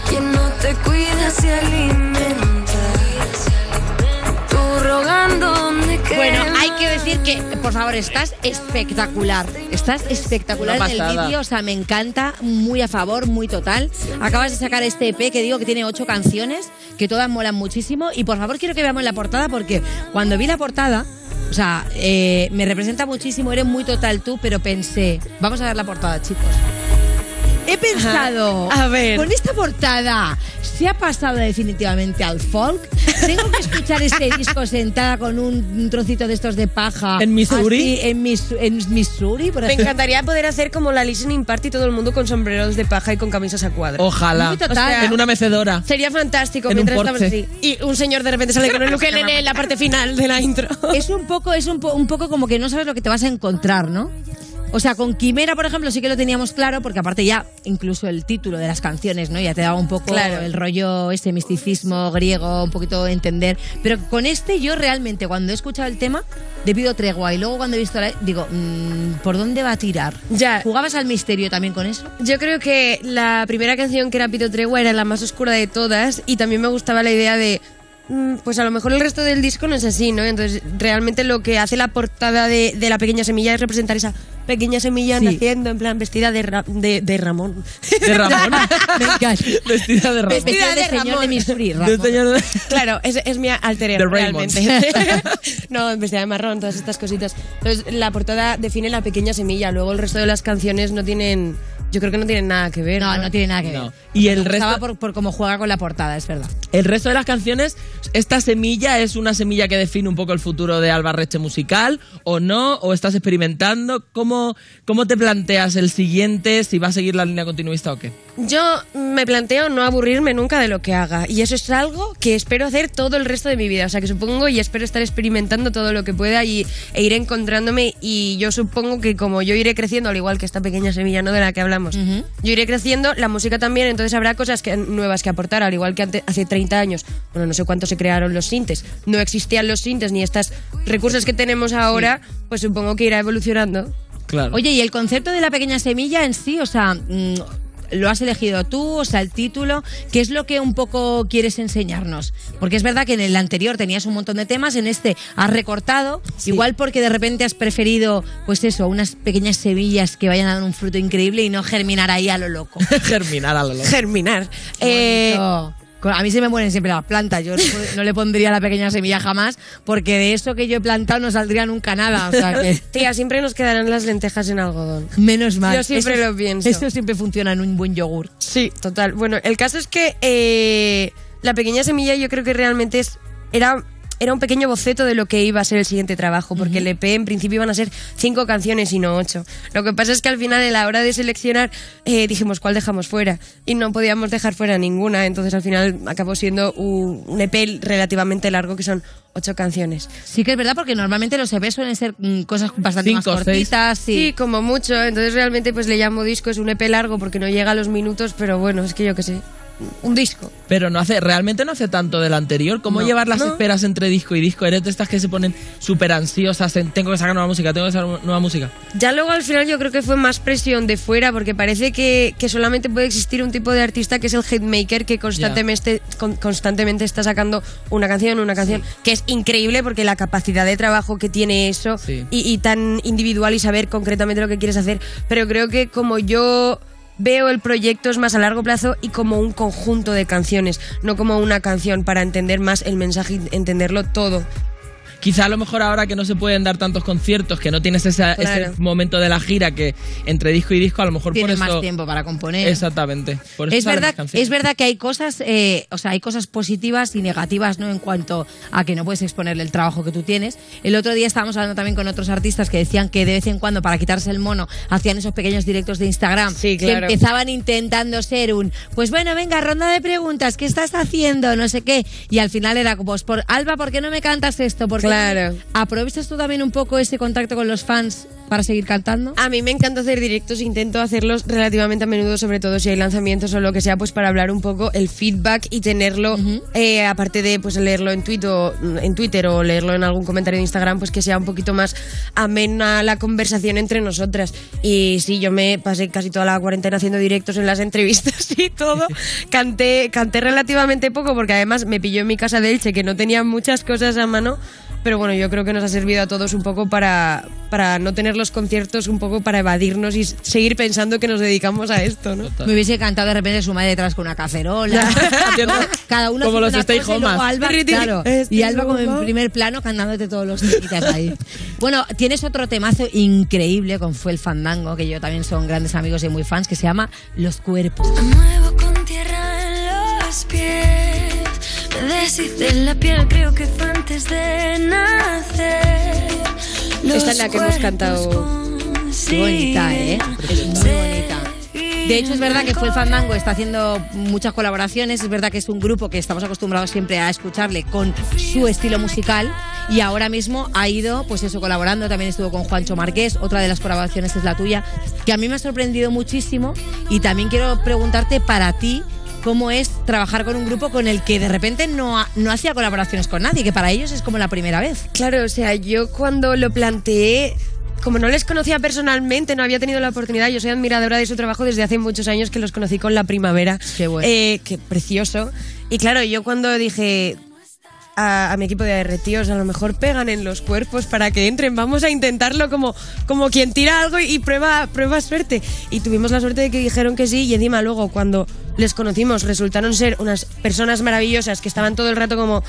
[SPEAKER 5] quien no te cuida se alimenta. Tú rogando donde
[SPEAKER 1] Bueno,
[SPEAKER 5] quedas.
[SPEAKER 1] hay que decir que, por favor, estás espectacular. Estás espectacular
[SPEAKER 2] Una
[SPEAKER 1] en el
[SPEAKER 2] pasada.
[SPEAKER 1] vídeo, o sea, me encanta, muy a favor, muy total. Acabas de sacar este EP que digo que tiene ocho canciones, que todas molan muchísimo. Y por favor, quiero que veamos la portada porque cuando vi la portada, o sea, eh, me representa muchísimo, eres muy total tú, pero pensé, vamos a ver la portada, chicos. He pensado,
[SPEAKER 8] A ver.
[SPEAKER 1] con esta portada se ha pasado definitivamente al folk. Tengo que escuchar este disco sentada con un trocito de estos de paja.
[SPEAKER 2] ¿En Missouri?
[SPEAKER 1] así, en, Mis- en Missouri, por
[SPEAKER 8] Me
[SPEAKER 1] ejemplo.
[SPEAKER 8] encantaría poder hacer como la listening party todo el mundo con sombreros de paja y con camisas a cuadro.
[SPEAKER 2] Ojalá.
[SPEAKER 1] Muy total.
[SPEAKER 8] O sea,
[SPEAKER 2] en una mecedora.
[SPEAKER 8] Sería fantástico
[SPEAKER 2] En un
[SPEAKER 8] mientras estamos
[SPEAKER 2] Porsche.
[SPEAKER 8] así. Y un señor de repente sale con el ukelele en la parte final de la intro.
[SPEAKER 1] Es un poco, es un, po- un poco como que no sabes lo que te vas a encontrar, ¿no? O sea, con Quimera, por ejemplo, sí que lo teníamos claro, porque aparte ya incluso el título de las canciones, ¿no? Ya te daba un poco
[SPEAKER 8] Claro.
[SPEAKER 1] el rollo, ese misticismo griego, un poquito entender. Pero con este yo realmente, cuando he escuchado el tema, te pido tregua. Y luego cuando he visto la... Digo, mm, ¿por dónde va a tirar?
[SPEAKER 8] Ya.
[SPEAKER 1] ¿Jugabas al misterio también con eso?
[SPEAKER 8] Yo creo que la primera canción que era Pito Tregua era la más oscura de todas y también me gustaba la idea de, mm, pues a lo mejor el resto del disco no es así, ¿no? Entonces realmente lo que hace la portada de, de La Pequeña Semilla es representar esa pequeña semilla naciendo en plan vestida de, Ra- de, de Ramón.
[SPEAKER 2] De Ramón. Vestida de Ramón.
[SPEAKER 1] Vestido de
[SPEAKER 8] de
[SPEAKER 1] señor
[SPEAKER 8] Ramón.
[SPEAKER 1] de Missouri,
[SPEAKER 2] De
[SPEAKER 1] Ramón.
[SPEAKER 2] señor de-
[SPEAKER 8] Claro, es, es mi alter
[SPEAKER 2] De
[SPEAKER 8] ego,
[SPEAKER 2] Raymond.
[SPEAKER 8] realmente. no, vestida de marrón, todas estas cositas. Entonces la portada define La Pequeña Semilla, luego el resto de las canciones no tienen, yo creo que no tienen nada que ver.
[SPEAKER 1] No, no tiene nada que ver.
[SPEAKER 2] No. Y el
[SPEAKER 1] Me gustaba
[SPEAKER 2] resto,
[SPEAKER 1] por, por cómo juega con la portada, es verdad.
[SPEAKER 2] el resto de las canciones, ¿esta semilla es una semilla que define un poco el futuro de Alba Reche musical o no? ¿O estás experimentando? ¿Cómo, ¿Cómo te planteas el siguiente? ¿Si va a seguir la línea continuista o qué?
[SPEAKER 8] Yo me planteo no aburrirme nunca de lo que haga y eso es algo que espero hacer todo el resto de mi vida, o sea que supongo y espero estar experimentando todo lo que pueda y, e ir encontrándome y yo supongo que como yo iré creciendo, al igual que esta pequeña semilla ¿no? de la que hablamos, yo iré creciendo, la música también, entonces habrá cosas que- nuevas que aportar, al igual que ante- hace 30 años, bueno, no sé cuánto se crearon los sintes, no existían los sintes ni estos recursos que tenemos ahora, pues supongo que irá evolucionando.
[SPEAKER 2] Claro.
[SPEAKER 1] Oye, y el concepto de la pequeña semilla en sí, o sea, mm, lo has elegido tú, o sea, el título, ¿qué es lo que un poco quieres enseñarnos? Porque es verdad que en el anterior tenías un montón de temas, en este has recortado, igual porque de repente has preferido, pues eso, unas pequeñas semillas que vayan a dar un fruto increíble y no germinar ahí a lo loco.
[SPEAKER 2] Germinar a lo loco.
[SPEAKER 8] Germinar. Eh,
[SPEAKER 1] Bonito. Con- a mí se me mueren siempre las plantas. Yo no, no le pondría la pequeña semilla jamás, porque de eso que yo he plantado no saldría nunca nada. O sea que.
[SPEAKER 8] tía, siempre nos quedarán las lentejas en algodón.
[SPEAKER 1] Menos mal.
[SPEAKER 8] Yo siempre
[SPEAKER 1] Eso-
[SPEAKER 8] lo pienso.
[SPEAKER 1] Eso siempre funciona en un buen yogur.
[SPEAKER 8] Sí, total. Bueno, el caso es que eh, la pequeña semilla yo creo que realmente es, era, era un pequeño boceto de lo que iba a ser el siguiente trabajo, porque el EP en principio iban a ser cinco canciones y no ocho. Lo que pasa es que al final, a la hora de seleccionar, eh, dijimos cuál dejamos fuera y no podíamos dejar fuera ninguna, entonces al final acabó siendo un, un EP relativamente largo que son ocho canciones.
[SPEAKER 1] Sí que es verdad, porque normalmente los EPs suelen ser mm, cosas bastante
[SPEAKER 2] Cinco, seis.
[SPEAKER 1] más cortitas.
[SPEAKER 8] Sí,
[SPEAKER 1] Sí.
[SPEAKER 8] como mucho, entonces realmente pues le llamo disco, es un EP largo porque no llega a los minutos, pero bueno, es que yo qué sé, un disco.
[SPEAKER 2] Pero no hace, realmente no hace tanto del anterior. ¿Cómo llevar las esperas entre disco y disco? Eres de estas que se ponen súper ansiosas. en, Tengo que sacar nueva música, tengo que sacar nueva música.
[SPEAKER 8] Ya luego al final yo creo que fue más presión de fuera, porque parece que, que solamente puede existir un tipo de artista que es el hitmaker que constantemente, con- constantemente está sacando una canción, una canción, que es increíble porque la capacidad de trabajo que tiene eso
[SPEAKER 2] Sí.
[SPEAKER 8] y, y tan individual y saber concretamente lo que quieres hacer. Pero creo que como yo veo el proyecto es más a largo plazo y como un conjunto de canciones, no como una canción para entender más el mensaje y entenderlo todo.
[SPEAKER 2] Quizá a lo mejor ahora que no se pueden dar tantos conciertos, que no tienes esa-
[SPEAKER 8] Claro.
[SPEAKER 2] ese momento de la gira que entre disco y disco, a lo mejor
[SPEAKER 1] Tienes
[SPEAKER 2] por eso.
[SPEAKER 1] más tiempo para componer.
[SPEAKER 2] Exactamente. Por eso
[SPEAKER 1] Es
[SPEAKER 2] salen
[SPEAKER 1] verdad,
[SPEAKER 2] las canciones.
[SPEAKER 1] es verdad que hay cosas, eh, o sea, hay cosas positivas y negativas, ¿no? En cuanto a que no puedes exponerle el trabajo que tú tienes. El otro día estábamos hablando también con otros artistas que decían que de vez en cuando, para quitarse el mono, hacían esos pequeños directos de Instagram.
[SPEAKER 8] Sí, claro.
[SPEAKER 1] Que empezaban intentando ser un, pues bueno, venga, ronda de preguntas, ¿qué estás haciendo? No sé qué. Y al final era, como, pues, por, Alba, ¿por qué no me cantas esto? Porque
[SPEAKER 8] Claro.
[SPEAKER 1] ¿Aprovechas tú también un poco ese contacto con los fans para seguir cantando?
[SPEAKER 8] A mí me encanta hacer directos, intento hacerlos relativamente a menudo, sobre todo si hay lanzamientos o lo que sea, pues para hablar un poco el feedback y tenerlo, eh, aparte de pues leerlo en, tuit o- en Twitter o leerlo en algún comentario de Instagram, pues que sea un poquito más amena la conversación entre nosotras. Y sí, yo me pasé casi toda la cuarentena haciendo directos en las entrevistas y todo. Canté, canté relativamente poco porque además me pilló en mi casa de Elche que no tenía muchas cosas a mano. Pero bueno, yo creo que nos ha servido a todos un poco para, para no tener los conciertos, un poco para evadirnos y s- seguir pensando que nos dedicamos a esto, ¿no?
[SPEAKER 1] Me hubiese encantado de repente su madre detrás con una cacerola.
[SPEAKER 2] Haciendo-
[SPEAKER 1] Cada uno
[SPEAKER 2] como
[SPEAKER 1] haciendo
[SPEAKER 2] los
[SPEAKER 1] una
[SPEAKER 2] stay
[SPEAKER 1] cosa y
[SPEAKER 2] homas.
[SPEAKER 1] luego Alba,
[SPEAKER 8] Tirri, tirri.
[SPEAKER 1] claro,
[SPEAKER 8] Este
[SPEAKER 1] y Alba como en
[SPEAKER 8] loco.
[SPEAKER 1] primer plano cantándote todos los temitas ahí. Bueno, tienes otro temazo increíble con Fue el Fandango, que yo también son grandes amigos y muy fans, que se llama Los Cuerpos.
[SPEAKER 5] Te muevo con tierra en los pies. Me deshice la piel, creo que fue antes de nacer.
[SPEAKER 8] Ah, Esta es la que hemos
[SPEAKER 5] cuerpos
[SPEAKER 8] cantado.
[SPEAKER 1] Qué bonita, ¿eh? Es muy bonita. De hecho, es verdad que Fue el Fandango está haciendo muchas colaboraciones. Es verdad que es un grupo que estamos acostumbrados siempre a escucharle con su estilo musical. Y ahora mismo ha ido, pues eso, colaborando. También estuvo con Juancho Marqués. Otra de las colaboraciones es la tuya, que a mí me ha sorprendido muchísimo. Y también quiero preguntarte para ti. ¿Cómo es trabajar con un grupo con el que de repente no, ha- no hacía colaboraciones con nadie? Que para ellos es como la primera vez.
[SPEAKER 8] Claro, o sea, yo cuando lo planteé, como no les conocía personalmente, no había tenido la oportunidad, yo soy admiradora de su trabajo desde hace muchos años que los conocí con La Primavera.
[SPEAKER 1] Qué bueno.
[SPEAKER 8] Eh, que precioso. Y claro, yo cuando dije a, a mi equipo de retiros, a lo mejor pegan en los cuerpos para que entren, vamos a intentarlo como, como quien tira algo y prueba, prueba suerte. Y tuvimos la suerte de que dijeron que sí y encima luego cuando les conocimos resultaron ser unas personas maravillosas que estaban todo el rato como,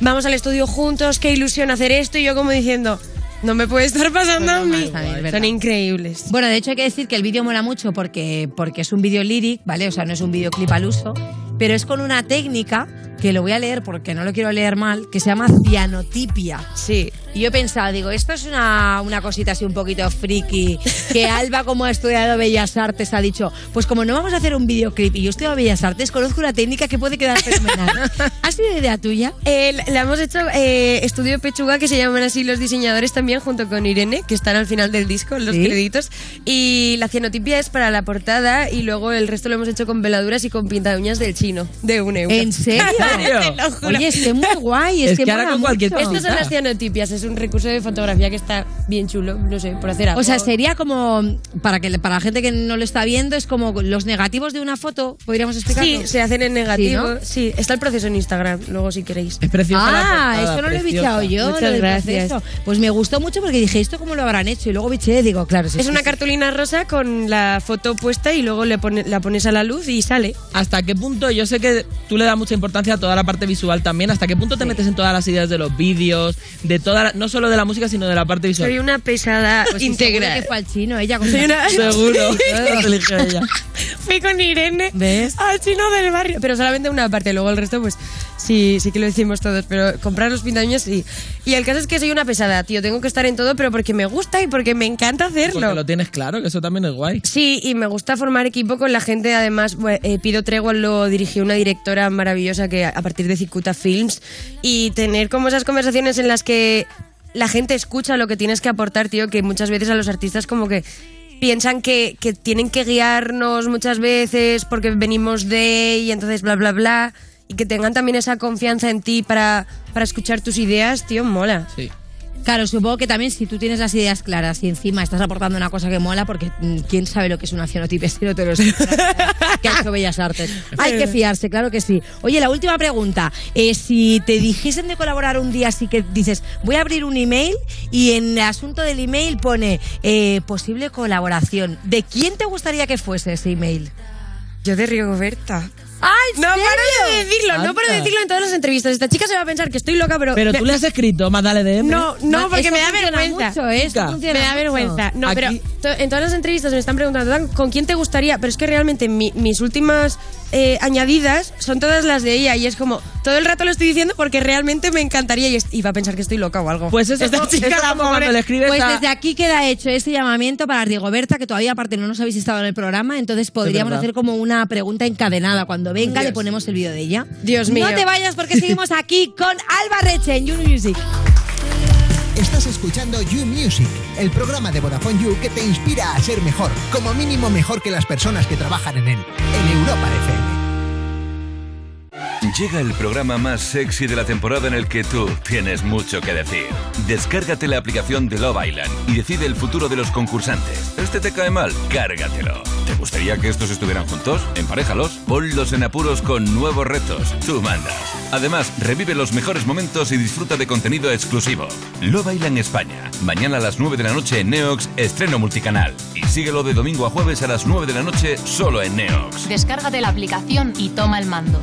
[SPEAKER 8] vamos al estudio juntos, qué ilusión hacer esto y yo como diciendo... No me puede estar pasando a mí.
[SPEAKER 1] está bien, es verdad.
[SPEAKER 8] Son increíbles.
[SPEAKER 1] Bueno, de hecho hay que decir que el vídeo mola mucho porque, porque es un vídeo lyric, ¿vale? O sea, no es un videoclip al uso, pero es con una técnica que lo voy a leer porque no lo quiero leer mal, que se llama cianotipia.
[SPEAKER 8] Sí.
[SPEAKER 1] Y yo he pensado, digo, esto es una, una cosita así un poquito friki, que Alba, como ha estudiado Bellas Artes, ha dicho, pues como no vamos a hacer un videoclip y yo estudio Bellas Artes, conozco una técnica que puede quedar fenomenal. ¿Ha sido idea tuya?
[SPEAKER 8] Eh, la- la hemos hecho eh, estudio pechuga que se llaman así los diseñadores también junto con Irene que están al final del disco los
[SPEAKER 1] Sí.
[SPEAKER 8] créditos y la cianotipia es para la portada y luego el resto lo hemos hecho con veladuras y con pinta de uñas del chino de un euro
[SPEAKER 1] ¿En serio?
[SPEAKER 8] Te lo juro.
[SPEAKER 1] Oye, es que muy guay, es,
[SPEAKER 2] Es que ahora
[SPEAKER 1] mola
[SPEAKER 2] con cualquier
[SPEAKER 1] mucho.
[SPEAKER 2] cosa
[SPEAKER 8] estas son las cianotipias es un recurso de fotografía que está bien chulo, no sé, por hacer algo.
[SPEAKER 1] O sea, sería como, para que para la gente que no lo está viendo, es como los negativos de una foto, podríamos explicarlo. Pues,
[SPEAKER 8] Sí, se hacen en negativo.
[SPEAKER 1] Sí,
[SPEAKER 8] Sí,
[SPEAKER 1] ¿no?
[SPEAKER 8] está el proceso en Instagram, luego si queréis.
[SPEAKER 2] Es preciosa la
[SPEAKER 1] Ah,
[SPEAKER 2] portada,
[SPEAKER 1] esto no lo he
[SPEAKER 2] preciosa.
[SPEAKER 1] bichado yo.
[SPEAKER 8] Muchas
[SPEAKER 1] lo del
[SPEAKER 8] gracias.
[SPEAKER 1] proceso. Pues me gustó mucho porque dije, ¿esto cómo lo habrán hecho? Y luego biché y digo, claro, sí,
[SPEAKER 8] Es
[SPEAKER 1] sí,
[SPEAKER 8] una
[SPEAKER 1] sí.
[SPEAKER 8] cartulina rosa con la foto puesta y luego le pone- la pones a la luz y sale.
[SPEAKER 2] ¿Hasta qué punto? Yo sé que tú le das mucha importancia a toda la parte visual también. ¿Hasta qué punto te metes en todas las ideas de los vídeos, de toda la- no solo de la música, sino de la parte visual?
[SPEAKER 8] Soy una pesada
[SPEAKER 1] Pues sí, seguro
[SPEAKER 8] integral.
[SPEAKER 1] que fue al chino, ella con
[SPEAKER 8] Soy una-
[SPEAKER 2] Seguro. ¿eh? Lo que eligió ella.
[SPEAKER 8] Fui con Irene
[SPEAKER 2] ¿Ves?
[SPEAKER 8] al chino del barrio. Pero solamente una parte, luego el resto, pues sí, sí que lo decimos todos. Pero comprar los pintaños sí. Y el caso es que soy una pesada, tío. Tengo que estar en todo, pero porque me gusta y porque me encanta
[SPEAKER 2] Porque
[SPEAKER 8] hacerlo.
[SPEAKER 2] lo tienes claro, que eso también es guay.
[SPEAKER 8] Sí, y me gusta formar equipo con la gente. Además, bue- eh, Pido Tregua lo dirigió una directora maravillosa que a a partir de Cicuta Films. Y tener como esas conversaciones en las que la gente escucha lo que tienes que aportar, tío, que muchas veces a los artistas como que piensan que, que tienen que guiarnos muchas veces porque venimos de y entonces bla, bla, bla. Y que tengan también esa confianza en ti para, para escuchar tus ideas, tío, mola.
[SPEAKER 2] Sí.
[SPEAKER 1] Claro, supongo que también si tú tienes las ideas claras y encima estás aportando una cosa que mola, porque mm, quién sabe lo que es una cianotipe si no te lo explica, que ha hecho Bellas Artes. Hay que fiarse, claro que sí. Oye, la última pregunta. Eh, si te dijesen de colaborar un día, así que dices, voy a abrir un email y en el asunto del email pone eh, posible colaboración. ¿De quién te gustaría que fuese ese email?
[SPEAKER 8] Yo de Rigoberta.
[SPEAKER 1] ¡Ay,
[SPEAKER 8] No para de decirlo, no para de
[SPEAKER 2] Anda.
[SPEAKER 8] decirlo en todas las entrevistas. Esta chica se va a pensar que estoy loca, pero.
[SPEAKER 2] Pero
[SPEAKER 8] me-
[SPEAKER 2] tú le has escrito, más dale DM.
[SPEAKER 8] No, no, porque me da vergüenza.
[SPEAKER 1] Mucho, ¿eh? Esto
[SPEAKER 2] Chica,
[SPEAKER 1] funciona
[SPEAKER 8] Me da
[SPEAKER 1] mucho.
[SPEAKER 8] vergüenza. No, pero
[SPEAKER 2] Aquí-
[SPEAKER 8] to- en todas las entrevistas me están preguntando "Dan, con quién te gustaría, pero es que realmente mi- mis últimas eh, añadidas son todas las de ella y es como todo el rato lo estoy diciendo porque realmente me encantaría y, es- y va a pensar que estoy loca o algo.
[SPEAKER 2] Pues eso
[SPEAKER 8] esta
[SPEAKER 2] es
[SPEAKER 8] chica
[SPEAKER 2] eso
[SPEAKER 8] la
[SPEAKER 2] como cuando
[SPEAKER 8] pobre.
[SPEAKER 2] le escribes
[SPEAKER 1] Pues
[SPEAKER 2] a-
[SPEAKER 1] desde aquí queda hecho ese llamamiento para Rigoberta, que todavía aparte no nos habéis estado en el programa, entonces podríamos
[SPEAKER 2] verdad.
[SPEAKER 1] hacer como una pregunta encadenada. Cuando venga le ponemos el vídeo de ella.
[SPEAKER 8] Dios mío.
[SPEAKER 1] No te vayas porque seguimos aquí con Alba Reche en You Music.
[SPEAKER 4] Estás escuchando You Music, el programa de Vodafone You que te inspira a ser mejor, como mínimo mejor que las personas que trabajan en él, en Europa FM.
[SPEAKER 9] Llega el programa más sexy de la temporada en el que tú tienes mucho que decir. Descárgate la aplicación de Love Island y decide el futuro de los concursantes. Este te cae mal, cárgatelo. ¿Te gustaría que estos estuvieran juntos? Emparéjalos. Ponlos en apuros con nuevos retos. Tú mandas. Además, revive los mejores momentos y disfruta de contenido exclusivo. Love Island España. Mañana a las 9 de la noche en Neox, estreno multicanal. Y síguelo de domingo a jueves a las 9 de la noche solo en Neox.
[SPEAKER 10] Descárgate la aplicación y toma el mando.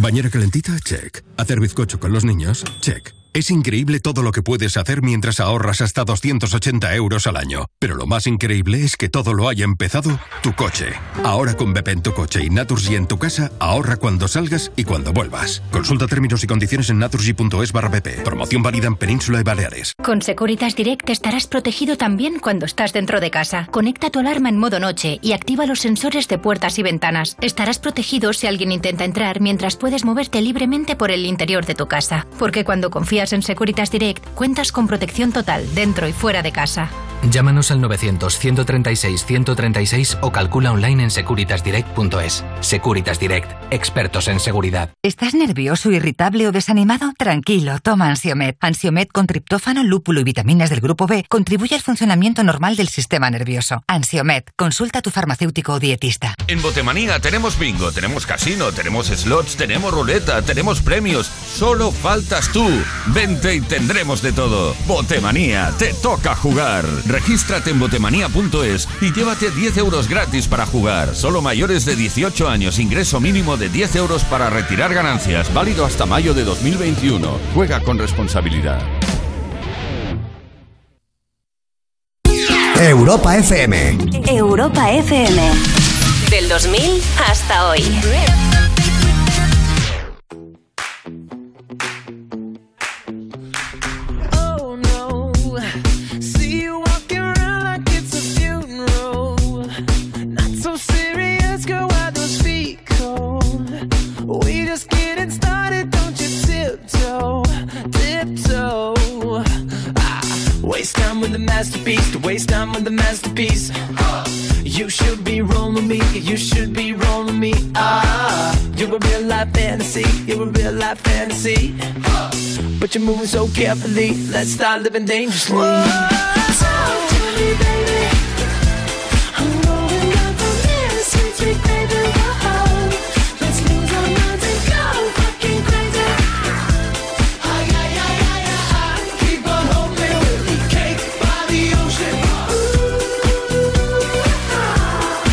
[SPEAKER 11] Bañera calentita, check. Hacer bizcocho con los niños, check. Es increíble todo lo que puedes hacer mientras ahorras hasta 280 euros al año. Pero lo más increíble es que todo lo haya empezado tu coche. Ahora con Bepe en tu coche y Naturgy en tu casa, ahorra cuando salgas y cuando vuelvas. Consulta términos y condiciones en naturgy.es barra Bepe. Promoción válida en Península y Baleares.
[SPEAKER 10] Con Securitas Direct estarás protegido también cuando estás dentro de casa. Conecta tu alarma en modo noche y activa los sensores de puertas y ventanas. Estarás protegido si alguien intenta entrar mientras puedes moverte libremente por el interior de tu casa. Porque cuando confías en Securitas Direct, cuentas con protección total dentro y fuera de casa.
[SPEAKER 12] Llámanos al 900-136-136 o calcula online en securitasdirect.es. Securitas Direct, expertos en seguridad.
[SPEAKER 10] ¿Estás nervioso, irritable o desanimado? Tranquilo, toma Ansiomet. Ansiomet con triptófano, lúpulo y vitaminas del grupo B contribuye al funcionamiento normal del sistema nervioso. Ansiomet, consulta a tu farmacéutico o dietista.
[SPEAKER 9] En Botemanía tenemos bingo, tenemos casino, tenemos slots, tenemos ruleta, tenemos premios. Solo faltas tú. Vente y tendremos de todo. Botemanía, te toca jugar. Regístrate en botemanía.es y llévate 10 euros gratis para jugar. Solo mayores de 18 años, ingreso mínimo de 10 euros para retirar ganancias. Válido hasta mayo de 2021. Juega con responsabilidad.
[SPEAKER 4] Europa FM.
[SPEAKER 10] Europa FM. Del 2000 hasta hoy.
[SPEAKER 13] Waste time with the masterpiece, to waste time with the masterpiece. You should be rolling with me, you should be rolling with me. Ah, you were
[SPEAKER 14] a real life fantasy. You're a real life fantasy. But you're moving so carefully. Let's start living dangerously.
[SPEAKER 13] Talk to me, baby. I'm rolling up the mirror, sweet, sweet baby. Whoa. Let's lose our minds and go fucking crazy. Ay, ay, ay, ay, ay, ay. Keep on hoping we'll be cake by the ocean. Ooh.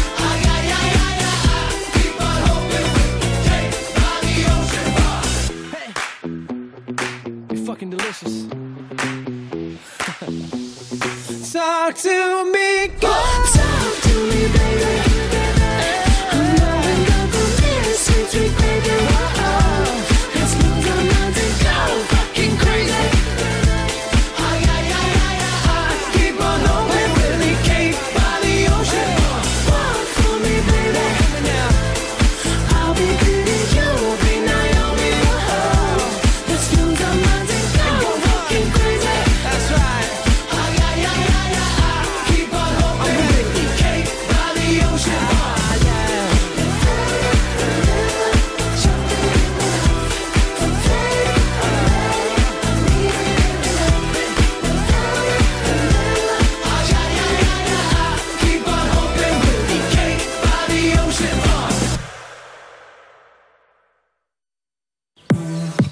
[SPEAKER 13] Ay, ay, ay, ay, ay, ay. Keep on hoping we'll be cake by the ocean.
[SPEAKER 14] You're fucking delicious. Talk to me, go.
[SPEAKER 13] Talk to me, baby. I'm rolling up the mirror, sweet, sweet baby. Whoa. Let's lose our minds and go fucking crazy. Ay, ay, ay, ay, ay, ay. Keep on hoping we'll escape by the ocean. Walk for me, baby. I'll be pretty, you'll be Naomi. Whoa. Let's lose our minds and go fucking crazy. That's right. Ay, ay, ay, ay, ay, ay. Keep on hoping we'll escape by the ocean. Ah, yeah. Keep on hoping we'll escape by the ocean. Ah.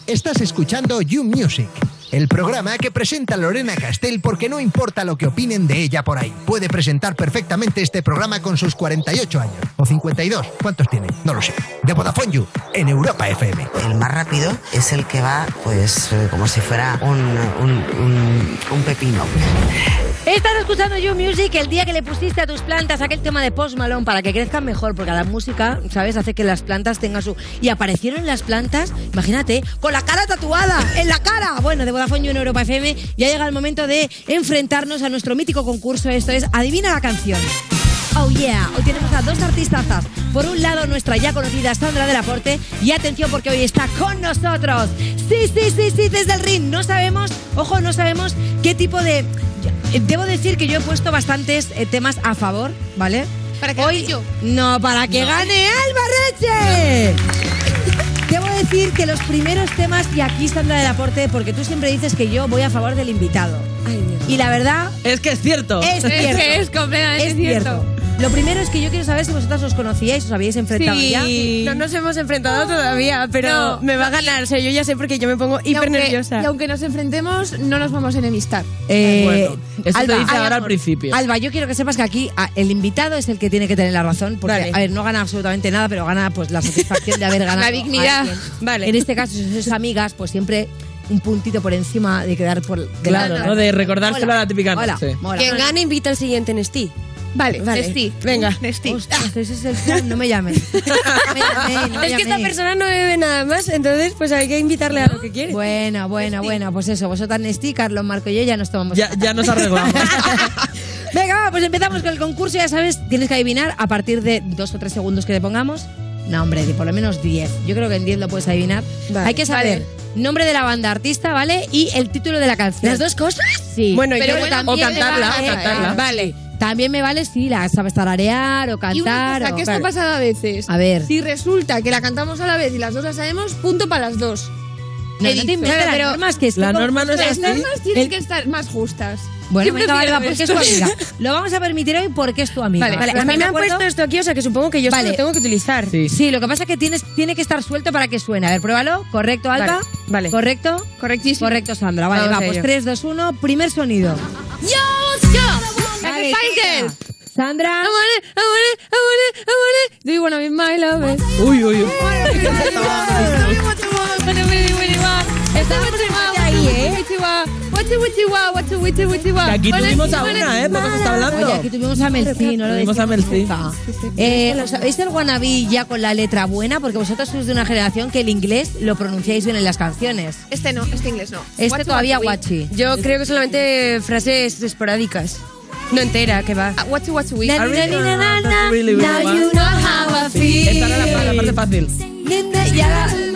[SPEAKER 4] Estás escuchando You Music, el programa que presenta Lorena Castell porque no importa lo que opinen de ella por ahí. Puede presentar perfectamente este programa con sus 48 años o 52. ¿Cuántos tiene? No lo sé. De Vodafone You en Europa FM.
[SPEAKER 15] El más rápido es el que va, pues, eh, como si fuera un, un, un- un pepino.
[SPEAKER 1] Estás escuchando You Music el día que le pusiste a tus plantas aquel tema de Post Malone para que crezcan mejor, porque la música, ¿sabes?, hace que las plantas tengan su. Y aparecieron las plantas, imagínate, con la cara tatuada, en la cara. Bueno, de Vodafone You en Europa FM, ya llega el momento de enfrentarnos a nuestro mítico concurso. Esto es Adivina la canción. Oh yeah, hoy tenemos a dos artistazas. Por un lado, nuestra ya conocida Sandra del Aporte. Y atención porque hoy está con nosotros. Sí, sí, sí, sí, desde el ring. No sabemos, ojo, no sabemos qué tipo de... Eh, Debo decir que yo he puesto bastantes eh, temas a favor, ¿vale? ¿Para que hoy, yo? No, para que
[SPEAKER 16] No.
[SPEAKER 1] gane Albarreche. Debo decir que los primeros temas, y aquí Sandra del Aporte, porque tú siempre dices que yo voy a favor del invitado. Y la verdad,
[SPEAKER 2] Es que es cierto.
[SPEAKER 1] es cierto.
[SPEAKER 8] Ah,
[SPEAKER 1] Es cierto. Lo primero es que yo quiero saber si vosotras os conocíais, os habíais enfrentado
[SPEAKER 8] Sí.
[SPEAKER 1] ya.
[SPEAKER 8] No nos hemos enfrentado todavía, pero
[SPEAKER 1] No.
[SPEAKER 8] me va a ganar. O sea, yo ya sé porque yo me pongo hiper nerviosa.
[SPEAKER 3] Y aunque nos enfrentemos, no nos vamos a enemistar.
[SPEAKER 1] Eh,
[SPEAKER 2] Bueno, eso te dice
[SPEAKER 1] ay,
[SPEAKER 2] ahora al
[SPEAKER 1] amor.
[SPEAKER 2] principio.
[SPEAKER 1] Alba, yo quiero que sepas que aquí a- el invitado es el que tiene que tener la razón, porque
[SPEAKER 8] Vale.
[SPEAKER 1] a ver, no gana absolutamente nada, pero gana pues la satisfacción de haber ganado.
[SPEAKER 8] La
[SPEAKER 1] a
[SPEAKER 8] dignidad.
[SPEAKER 1] alguien.
[SPEAKER 8] Vale.
[SPEAKER 1] En este caso, si sois amigas, pues siempre un puntito por encima de quedar por
[SPEAKER 2] Claro, ¿no? De recordárselo
[SPEAKER 1] Hola,
[SPEAKER 2] a la típica
[SPEAKER 1] hola,
[SPEAKER 2] noche.
[SPEAKER 1] mola.
[SPEAKER 8] Quien gane invita al siguiente en Steve.
[SPEAKER 3] Vale,
[SPEAKER 1] Nesti.
[SPEAKER 8] Venga.
[SPEAKER 1] Ostras, ese es el plan, no me llames.
[SPEAKER 8] es que esta persona no bebe nada más, entonces pues hay que invitarle a lo que quiere.
[SPEAKER 1] Bueno, bueno, bueno, pues eso, vosotras Nesti, Carlos, Marco y yo ya nos tomamos.
[SPEAKER 2] Ya, ya nos arreglamos.
[SPEAKER 1] Venga, va, pues empezamos con el concurso, ya sabes, tienes que adivinar a partir de dos o tres segundos que le pongamos. No, hombre, de por lo menos 10. Yo creo que en 10 lo puedes adivinar. Hay que saber nombre de la banda artista, ¿vale? Y el título de la canción. ¿Las dos cosas? Sí.
[SPEAKER 8] Bueno, yo- o
[SPEAKER 1] me
[SPEAKER 8] cantarla,
[SPEAKER 1] vale, ¿eh?
[SPEAKER 8] o cantarla.
[SPEAKER 1] Vale. También me vale si la sabes tararear o cantar.
[SPEAKER 3] Y una cosa,
[SPEAKER 1] o-
[SPEAKER 3] que esto
[SPEAKER 1] Vale.
[SPEAKER 3] pasa a veces.
[SPEAKER 1] A ver.
[SPEAKER 3] Si resulta que la cantamos a la vez y las dos la sabemos, punto para las dos.
[SPEAKER 1] No,
[SPEAKER 3] He
[SPEAKER 1] no te
[SPEAKER 3] dicho.
[SPEAKER 1] inventes, las normas que es que con-
[SPEAKER 3] Las
[SPEAKER 1] las normas
[SPEAKER 3] normas tienen que estar más justas.
[SPEAKER 1] Bueno,
[SPEAKER 3] Yo
[SPEAKER 1] venga, vale,
[SPEAKER 3] prefiero
[SPEAKER 1] va, porque es tu
[SPEAKER 3] esto.
[SPEAKER 1] amiga. Lo vamos a permitir hoy porque es tu amiga.
[SPEAKER 8] Vale, a mí me han puesto esto aquí, o sea que supongo que yo esto
[SPEAKER 1] Vale.
[SPEAKER 8] lo tengo que utilizar.
[SPEAKER 1] Sí. lo que pasa es que tienes, tiene que estar suelto para que suene. A ver, pruébalo. Correcto, Alba.
[SPEAKER 8] Vale, vale.
[SPEAKER 1] ¿Correcto? Correctísimo. Correcto, Sandra. Vale,
[SPEAKER 8] Vamos
[SPEAKER 1] va,
[SPEAKER 8] a
[SPEAKER 1] pues
[SPEAKER 8] ello.
[SPEAKER 1] 3, 2, 1. Primer sonido.
[SPEAKER 13] Yo,
[SPEAKER 1] Vale,
[SPEAKER 3] Spice Girls.
[SPEAKER 1] Sandra.
[SPEAKER 3] I wanna, I wanna, I wanna, I wanna. Do you wanna be my lover?
[SPEAKER 2] Uy, uy, uy. Que aquí tuvimos a una, ¿eh? Porque se está
[SPEAKER 8] Oh.
[SPEAKER 2] hablando.
[SPEAKER 1] Oye, aquí tuvimos a Melci, no lo
[SPEAKER 2] Tuvimos a
[SPEAKER 1] decimos
[SPEAKER 2] Melci.
[SPEAKER 1] nunca. Eh, ¿Os sabéis el wannabe ya con la letra buena? Porque vosotros sois de una generación que el inglés lo pronunciáis bien en las canciones.
[SPEAKER 3] Este no, este inglés no.
[SPEAKER 1] Este todavía guachi.
[SPEAKER 8] Yo creo que solamente frases esporádicas. No entera, que va.
[SPEAKER 3] Ah, What to what to we.
[SPEAKER 8] Na, na, na, na, na.
[SPEAKER 2] Really, really
[SPEAKER 8] Now
[SPEAKER 2] well.
[SPEAKER 8] you know how I feel.
[SPEAKER 2] Esta era la, la parte fácil.
[SPEAKER 1] Linda, ya la-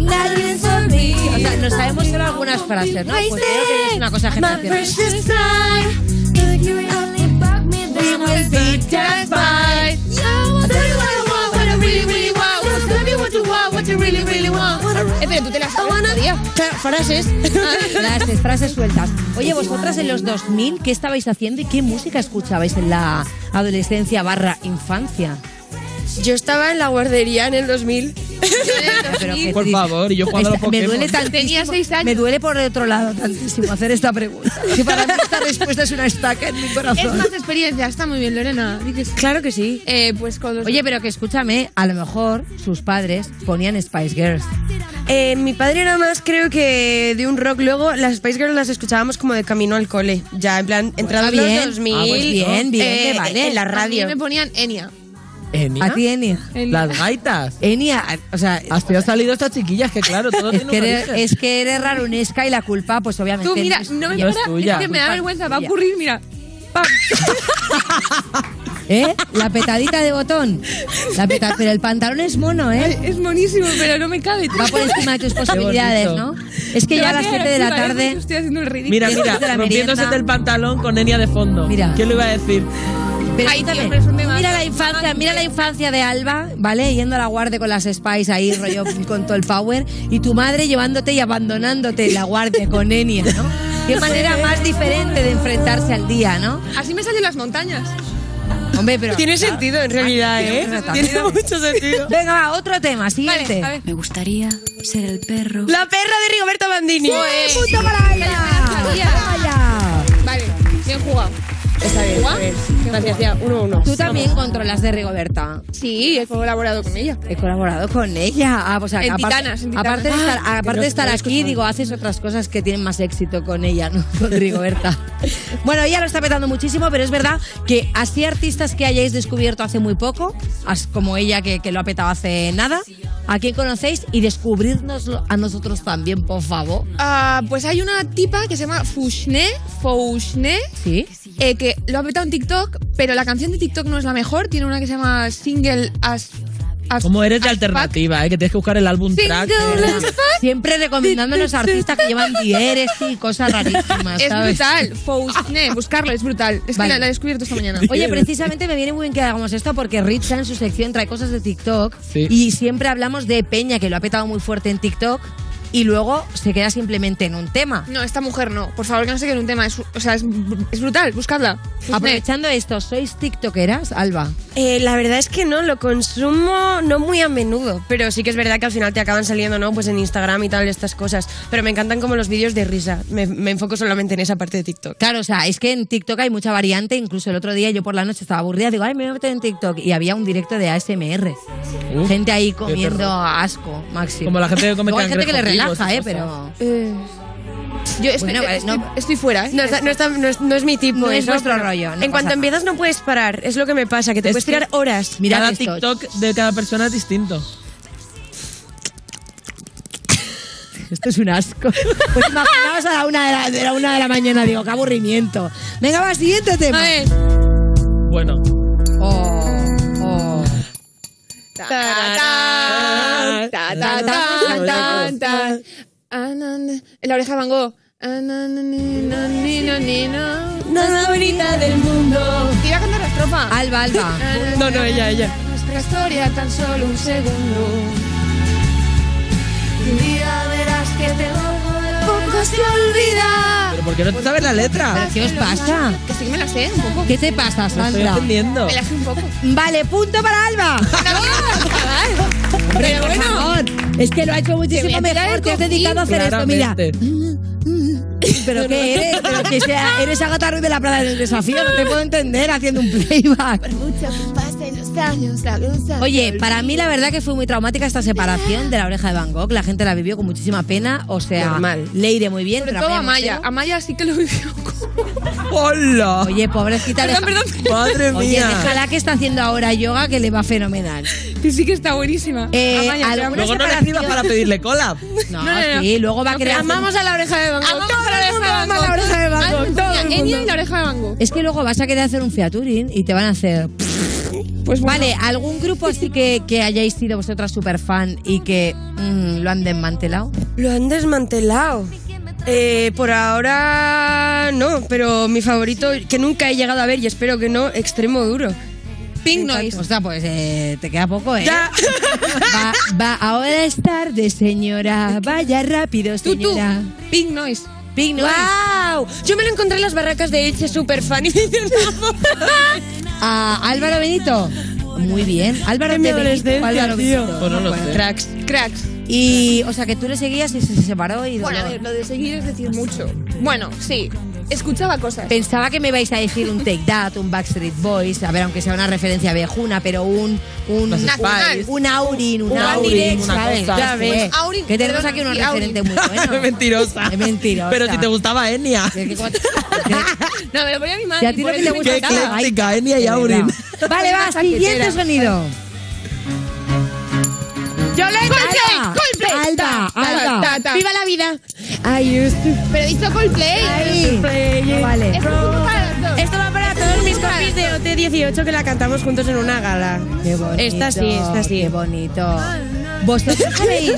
[SPEAKER 1] Nadie for me. O sea, nos sabemos solo algunas frases, ¿no? Pues creo que es una cosa
[SPEAKER 13] My
[SPEAKER 1] generacional.
[SPEAKER 13] precious time. Could you only bug me then we'll be just fine. Yo, I'll tell you what I want, what I really, really want. Well, tell me what you want.
[SPEAKER 1] Eh, pero tú te las Ah, sabes Frases. frases, frases sueltas. Oye, vosotras en los 2000, ¿qué estabais haciendo y qué música escuchabais en la adolescencia barra infancia?
[SPEAKER 8] Yo estaba en la guardería en el 2000.
[SPEAKER 1] Pero qué
[SPEAKER 2] Por
[SPEAKER 1] triste.
[SPEAKER 2] favor, y yo jugando a los
[SPEAKER 1] Esta- Me
[SPEAKER 2] Pokémon.
[SPEAKER 1] duele tantísimo. Me duele por el otro lado tantísimo hacer esta pregunta. Que para mí esta respuesta es una estaca en mi corazón.
[SPEAKER 3] Es más experiencia, está muy bien, Lorena.
[SPEAKER 1] Claro que sí.
[SPEAKER 3] pues con los...
[SPEAKER 1] Oye, pero que escúchame, a lo mejor sus padres ponían Spice Girls.
[SPEAKER 8] Eh, mi padre era más, creo que de un rock. Luego las Spice Girls las escuchábamos como de camino al cole. Ya, en plan, entrando
[SPEAKER 1] Bueno,
[SPEAKER 8] en
[SPEAKER 1] bien.
[SPEAKER 8] los 2000.
[SPEAKER 1] Ah, pues bien, bien,
[SPEAKER 8] eh,
[SPEAKER 1] me vale.
[SPEAKER 8] En la
[SPEAKER 3] A mí
[SPEAKER 8] radio.
[SPEAKER 3] me ponían Enia.
[SPEAKER 2] ¿Enia?
[SPEAKER 1] A ti, Enia.
[SPEAKER 2] Las gaitas.
[SPEAKER 1] Enia,
[SPEAKER 8] Eh,
[SPEAKER 1] o sea...
[SPEAKER 2] Hasta ha salido estas chiquillas, que claro, todo
[SPEAKER 1] Es
[SPEAKER 2] tiene
[SPEAKER 1] que,
[SPEAKER 2] un
[SPEAKER 1] eres,
[SPEAKER 2] origen.
[SPEAKER 1] es que eres rarunesca y la culpa, pues obviamente.
[SPEAKER 3] Tú, mira, no me
[SPEAKER 1] tuya.
[SPEAKER 3] para, es que me da vergüenza, va a ocurrir, mira.
[SPEAKER 1] ¿Eh? La petadita de botón. La peta- Pero el pantalón es mono, ¿eh?
[SPEAKER 3] Es monísimo, pero no me cabe.
[SPEAKER 1] Va por encima de tus
[SPEAKER 3] Qué
[SPEAKER 1] posibilidades,
[SPEAKER 2] bonito.
[SPEAKER 1] ¿no? Es que
[SPEAKER 3] Te
[SPEAKER 1] ya
[SPEAKER 3] va
[SPEAKER 1] a las
[SPEAKER 3] quedar
[SPEAKER 1] 7 de
[SPEAKER 3] así,
[SPEAKER 1] la
[SPEAKER 3] ¿vale?
[SPEAKER 1] tarde.
[SPEAKER 3] Porque Estoy haciendo el ridículo.
[SPEAKER 2] Mira,
[SPEAKER 1] después
[SPEAKER 2] mira,
[SPEAKER 1] de la
[SPEAKER 2] rompiéndose
[SPEAKER 1] merienda.
[SPEAKER 2] del pantalón con Enia de fondo.
[SPEAKER 1] Mira.
[SPEAKER 2] ¿Quién lo iba a decir?
[SPEAKER 1] Pero escúchame, mira la infancia, mira la infancia de Alba, ¿vale? Yendo a la guardia con las Spice ahí, rollo con todo el power, y tu madre llevándote y abandonándote en la guardia con Enya, ¿no? Qué manera más diferente de enfrentarse al día, ¿no?
[SPEAKER 3] Así me salen las montañas.
[SPEAKER 1] Hombre, pero.
[SPEAKER 8] Tiene sentido, en realidad, ¿eh? Tiene mucho sentido.
[SPEAKER 1] Venga, va, otro tema, siguiente.
[SPEAKER 10] Me gustaría ser el perro.
[SPEAKER 8] La perra de Rigoberto Bandini.
[SPEAKER 1] ¡Sí, punto para Alba! ¡Vaya!
[SPEAKER 3] Vale, bien jugado.
[SPEAKER 8] Está bien, está bien. Gracias, ya. Uno a uno.
[SPEAKER 1] Tú también controlas de Rigoberta.
[SPEAKER 3] Sí, he colaborado con ella.
[SPEAKER 1] He colaborado con ella. Ah, pues, o sea,
[SPEAKER 3] En
[SPEAKER 1] aparte,
[SPEAKER 3] Titanas, en Titanas.
[SPEAKER 1] aparte de estar,
[SPEAKER 3] Ah,
[SPEAKER 1] aparte de estar
[SPEAKER 3] pero-
[SPEAKER 1] aquí, digo, haces otras cosas que tienen más éxito con ella, ¿no? Con Rigoberta. bueno, ella lo está petando muchísimo, pero es verdad que así artistas que hayáis descubierto hace muy poco, as- como ella que, que lo ha petado hace nada, ¿a quién conocéis? Y descubrirnoslo a nosotros también, por favor.
[SPEAKER 3] Ah, pues hay una tipa que se llama Fushne, Foushne,
[SPEAKER 1] Sí.
[SPEAKER 3] eh, que lo ha petado en TikTok, pero la canción de TikTok no es la mejor. Tiene una que se llama Single as... as-
[SPEAKER 2] Como eres de alternativa, ¿eh? que tienes que buscar el álbum track.
[SPEAKER 3] Single as fuck.
[SPEAKER 1] Siempre recomendando a los artistas que llevan dieres y cosas rarísimas,
[SPEAKER 3] Es
[SPEAKER 1] ¿sabes?
[SPEAKER 3] brutal, Foushne, buscarlo, es brutal. Es
[SPEAKER 1] Vale.
[SPEAKER 3] que la, la he descubierto esta mañana.
[SPEAKER 1] Oye, precisamente me viene muy bien que hagamos esto porque Richa en su sección trae cosas de TikTok
[SPEAKER 2] Sí.
[SPEAKER 1] y siempre hablamos de Peña, que lo ha petado muy fuerte en TikTok y luego se queda simplemente en un tema.
[SPEAKER 3] No, esta mujer no. Por favor, que no se quede en un tema. Es, o sea, es, es brutal, buscadla. Fushne.
[SPEAKER 1] Aprovechando esto, ¿sois tiktokeras, Alba?
[SPEAKER 8] Eh, la verdad es que no, lo consumo no muy a menudo, pero sí que es verdad que al final te acaban saliendo, ¿no? Pues en Instagram y tal, estas cosas. Pero me encantan como los vídeos de risa. Me, me enfoco solamente en esa parte de TikTok.
[SPEAKER 1] Claro, o sea, es que en TikTok hay mucha variante. Incluso el otro día yo por la noche estaba aburrida, digo, ay, me voy a meter en TikTok. Y había un directo de ASMR.
[SPEAKER 2] eh. Uf,
[SPEAKER 1] gente ahí
[SPEAKER 2] qué
[SPEAKER 1] comiendo
[SPEAKER 2] terror.
[SPEAKER 1] asco, máximo.
[SPEAKER 2] Como la gente que come
[SPEAKER 1] Luego hay gente que le
[SPEAKER 2] cangrejos
[SPEAKER 1] relaja,
[SPEAKER 2] vivos y
[SPEAKER 1] eh, pero...
[SPEAKER 3] Eh, yo estoy,
[SPEAKER 1] Bueno, vale,
[SPEAKER 3] estoy-
[SPEAKER 1] no.
[SPEAKER 3] estoy fuera, ¿eh?
[SPEAKER 8] No, está- no está- no es, no es mi tipo.
[SPEAKER 1] No es
[SPEAKER 8] eso,
[SPEAKER 1] vuestro
[SPEAKER 8] pero
[SPEAKER 1] rollo, no
[SPEAKER 8] en
[SPEAKER 1] pasa
[SPEAKER 8] cuanto
[SPEAKER 1] nada.
[SPEAKER 8] empiezas no puedes parar. Es lo que me pasa, que te
[SPEAKER 2] Es
[SPEAKER 8] puedes
[SPEAKER 2] que-
[SPEAKER 8] tirar horas.
[SPEAKER 1] Mirad
[SPEAKER 2] cada
[SPEAKER 1] esto.
[SPEAKER 2] TikTok de cada persona es distinto.
[SPEAKER 1] Esto es un asco. Pues imaginaos a la una de la, de la una de la mañana, digo, qué aburrimiento. Venga, va, siguiente tema.
[SPEAKER 3] A ver.
[SPEAKER 2] Bueno.
[SPEAKER 1] Oh, oh.
[SPEAKER 3] Ta, ta, ta, ta, ta, ta. Anan- La oreja de Van Gogh. Ah, Ananina, nina, nina.
[SPEAKER 8] Más bonita del mundo.
[SPEAKER 3] Te iba a cantar la estrofa.
[SPEAKER 1] Alba, Alba.
[SPEAKER 8] No, no, ella, ella.
[SPEAKER 3] Nuestra historia tan solo un segundo. Un día verás que te poco se olvida.
[SPEAKER 2] ¿Pero por qué no te sabes la letra?
[SPEAKER 1] ¿Pero qué os pasa?
[SPEAKER 3] Que sí que me la sé un poco.
[SPEAKER 1] ¿Qué te pasa,
[SPEAKER 2] No estoy
[SPEAKER 1] Sandra?
[SPEAKER 2] entendiendo.
[SPEAKER 3] Me la sé un poco.
[SPEAKER 1] Vale, punto para Alba. Hombre, por favor. Es que lo ha hecho muchísimo
[SPEAKER 3] voy a tirar
[SPEAKER 1] mejor.
[SPEAKER 3] el
[SPEAKER 1] Te has dedicado a hacer esto, mira.
[SPEAKER 2] Claramente.
[SPEAKER 1] ¿Pero qué eres? ¿Pero que sea, eres Agatha Ruiz de la Prada del desafío? No te puedo entender haciendo un playback.
[SPEAKER 5] Mucho que pasen los años, la blusa.
[SPEAKER 1] Oye, para mí la verdad que fue muy traumática esta separación de la oreja de Van Gogh. La gente la vivió con muchísima pena. O sea,
[SPEAKER 8] Normal.
[SPEAKER 1] le iré muy bien.
[SPEAKER 3] Sobre
[SPEAKER 1] pero
[SPEAKER 3] todo
[SPEAKER 1] Amaya
[SPEAKER 3] Amaya.
[SPEAKER 1] Montero-
[SPEAKER 3] Amaya sí que lo vivió como...
[SPEAKER 2] ¡Hola!
[SPEAKER 1] Oye, pobrecita.
[SPEAKER 3] Perdón,
[SPEAKER 1] deja-
[SPEAKER 3] perdón.
[SPEAKER 2] ¡Madre
[SPEAKER 1] Oye,
[SPEAKER 2] mía!
[SPEAKER 1] déjala que está haciendo ahora yoga que le va fenomenal.
[SPEAKER 3] Que sí que está buenísima.
[SPEAKER 1] Eh,
[SPEAKER 3] Amaya, te amo.
[SPEAKER 1] alguna-
[SPEAKER 2] Luego no le escribas para pedirle cola.
[SPEAKER 1] No,
[SPEAKER 3] No, no, no.
[SPEAKER 1] sí, luego va a crear.
[SPEAKER 8] Amamos a la oreja de Van Gogh.
[SPEAKER 3] Amamos
[SPEAKER 8] Todo
[SPEAKER 3] a la
[SPEAKER 8] el mundo
[SPEAKER 3] oreja de
[SPEAKER 8] ama
[SPEAKER 3] Van
[SPEAKER 8] la
[SPEAKER 3] Gogh.
[SPEAKER 8] oreja de Van Gogh. Todo el
[SPEAKER 3] Enya y
[SPEAKER 8] mundo.
[SPEAKER 3] la oreja de mango.
[SPEAKER 1] Es que luego vas a querer hacer un featuring y te van a hacer. Pues Vale, ¿algún grupo así que, que hayáis sido vosotras super fan y que mm, lo han desmantelado?
[SPEAKER 8] Lo han desmantelado. Eh, por ahora no, pero mi favorito, que nunca he llegado a ver y espero que no, Extremo Duro.
[SPEAKER 1] Pink Noise. O sea, pues eh, te queda poco, ¿eh? Va, va, ahora es tarde, señora. Vaya rápido, señora.
[SPEAKER 3] Pink Noise.
[SPEAKER 1] Pink Noise.
[SPEAKER 8] ¡Wow! Yo me lo encontré en las barracas de Elche, super fan. Y me hice
[SPEAKER 1] A Álvaro Benito. Muy bien. Álvaro
[SPEAKER 8] En mi
[SPEAKER 1] de Benito,
[SPEAKER 8] adolescencia,
[SPEAKER 1] Álvaro
[SPEAKER 8] tío.
[SPEAKER 1] Benito.
[SPEAKER 8] Pues no lo sé.
[SPEAKER 1] Cracks. Cracks. Y, o sea, que tú le seguías y se separó y...
[SPEAKER 3] Bueno, a
[SPEAKER 1] dolor.
[SPEAKER 3] ver, lo de seguir es decir mucho. Bueno, sí, escuchaba cosas.
[SPEAKER 1] Pensaba que me vais a decir un Take That, un Backstreet Boys, a ver, aunque sea una referencia viejuna, pero un. un
[SPEAKER 2] Las
[SPEAKER 1] un-
[SPEAKER 2] Spice.
[SPEAKER 1] Un Aurin, un,
[SPEAKER 2] Un
[SPEAKER 1] Aurin,
[SPEAKER 2] Aurin, una
[SPEAKER 1] ¿sabes?
[SPEAKER 2] cosa
[SPEAKER 1] Ya
[SPEAKER 2] así.
[SPEAKER 1] ves,
[SPEAKER 2] Un Aurin,
[SPEAKER 1] que tenemos
[SPEAKER 2] perdona,
[SPEAKER 1] aquí unos
[SPEAKER 2] y Aurin.
[SPEAKER 1] referentes muy buenos.
[SPEAKER 2] mentirosa.
[SPEAKER 1] Es mentirosa.
[SPEAKER 2] Pero si te gustaba Enya.
[SPEAKER 3] No, me lo ponía mi madre.
[SPEAKER 1] Si a ti
[SPEAKER 3] por
[SPEAKER 1] lo que
[SPEAKER 3] eso
[SPEAKER 1] te
[SPEAKER 3] me
[SPEAKER 1] gusta es
[SPEAKER 3] encantaba.
[SPEAKER 1] Ay,
[SPEAKER 2] Tica, Enya y
[SPEAKER 1] de
[SPEAKER 2] Aurin.
[SPEAKER 1] verdad. Vale, va, siguiente
[SPEAKER 3] Chaquetera.
[SPEAKER 1] sonido.
[SPEAKER 3] Yo le
[SPEAKER 1] Alba, Alba, Alba. Viva
[SPEAKER 3] la vida. Pero hizo Coldplay.
[SPEAKER 1] No vale.
[SPEAKER 3] Esto es un para los dos.
[SPEAKER 8] Esto va para todos mis compis de OT18 que la cantamos juntos en una gala.
[SPEAKER 1] Qué bonito.
[SPEAKER 8] Esta sí, esta sí.
[SPEAKER 1] Qué bonito. ¿Vosotros sabéis?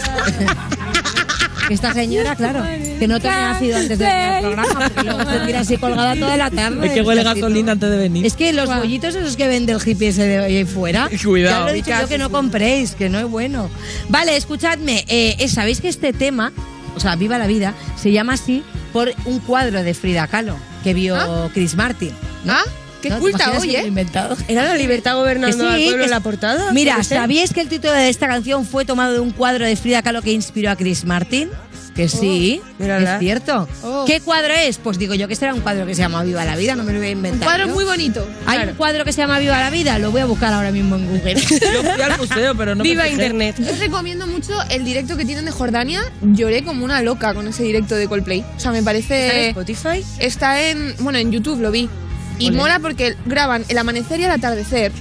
[SPEAKER 1] que Esta señora, claro, que no tenía nacido antes del programa, porque luego se tira así colgada toda la tarde.
[SPEAKER 2] Es que huele gasolina antes de venir.
[SPEAKER 1] Es que los bollitos esos que vende el hippie ese de hoy ahí fuera,
[SPEAKER 2] Cuidado.
[SPEAKER 1] ya lo he dicho yo que no compréis, que no es bueno. Vale, escuchadme, eh, eh, sabéis que este tema, o sea, Viva la Vida, se llama así por un cuadro de Frida Kahlo que vio Chris Martin.
[SPEAKER 3] ¿Ah? Qué
[SPEAKER 1] ¿No? ¿Te
[SPEAKER 3] culta
[SPEAKER 1] imaginas que me
[SPEAKER 3] hoy,
[SPEAKER 1] lo he
[SPEAKER 3] ¿eh?
[SPEAKER 1] inventado?
[SPEAKER 8] ¿Era la libertad gobernando
[SPEAKER 1] Que sí,
[SPEAKER 8] al pueblo
[SPEAKER 1] que
[SPEAKER 8] en la
[SPEAKER 1] sí.
[SPEAKER 8] portada?
[SPEAKER 1] Mira,
[SPEAKER 8] ¿Puede ser?
[SPEAKER 1] ¿sabíais que el título de esta canción fue tomado de un cuadro de Frida Kahlo que inspiró a Chris Martin? Que sí,
[SPEAKER 8] Oh, mírala.
[SPEAKER 1] es cierto.
[SPEAKER 3] Oh.
[SPEAKER 1] ¿Qué cuadro es? Pues digo yo que este era un cuadro que se llama Viva la Vida, no me lo voy a
[SPEAKER 3] Un
[SPEAKER 1] inventar.
[SPEAKER 3] cuadro
[SPEAKER 1] yo.
[SPEAKER 3] muy bonito.
[SPEAKER 1] Hay un cuadro que se llama Viva la Vida, lo voy a buscar ahora mismo en Google.
[SPEAKER 2] Yo fui al museo, pero no
[SPEAKER 8] Viva
[SPEAKER 2] me fijé.
[SPEAKER 8] Internet.
[SPEAKER 3] Yo os recomiendo mucho el directo que tienen de Jordania. Lloré como una loca con ese directo de Coldplay. O sea,
[SPEAKER 8] ¿Está
[SPEAKER 1] Eh,
[SPEAKER 3] me
[SPEAKER 8] en
[SPEAKER 3] parece...
[SPEAKER 8] Spotify?
[SPEAKER 3] Está en... Bueno, en YouTube lo vi. Y
[SPEAKER 1] Ole.
[SPEAKER 3] mola porque graban el amanecer y el atardecer.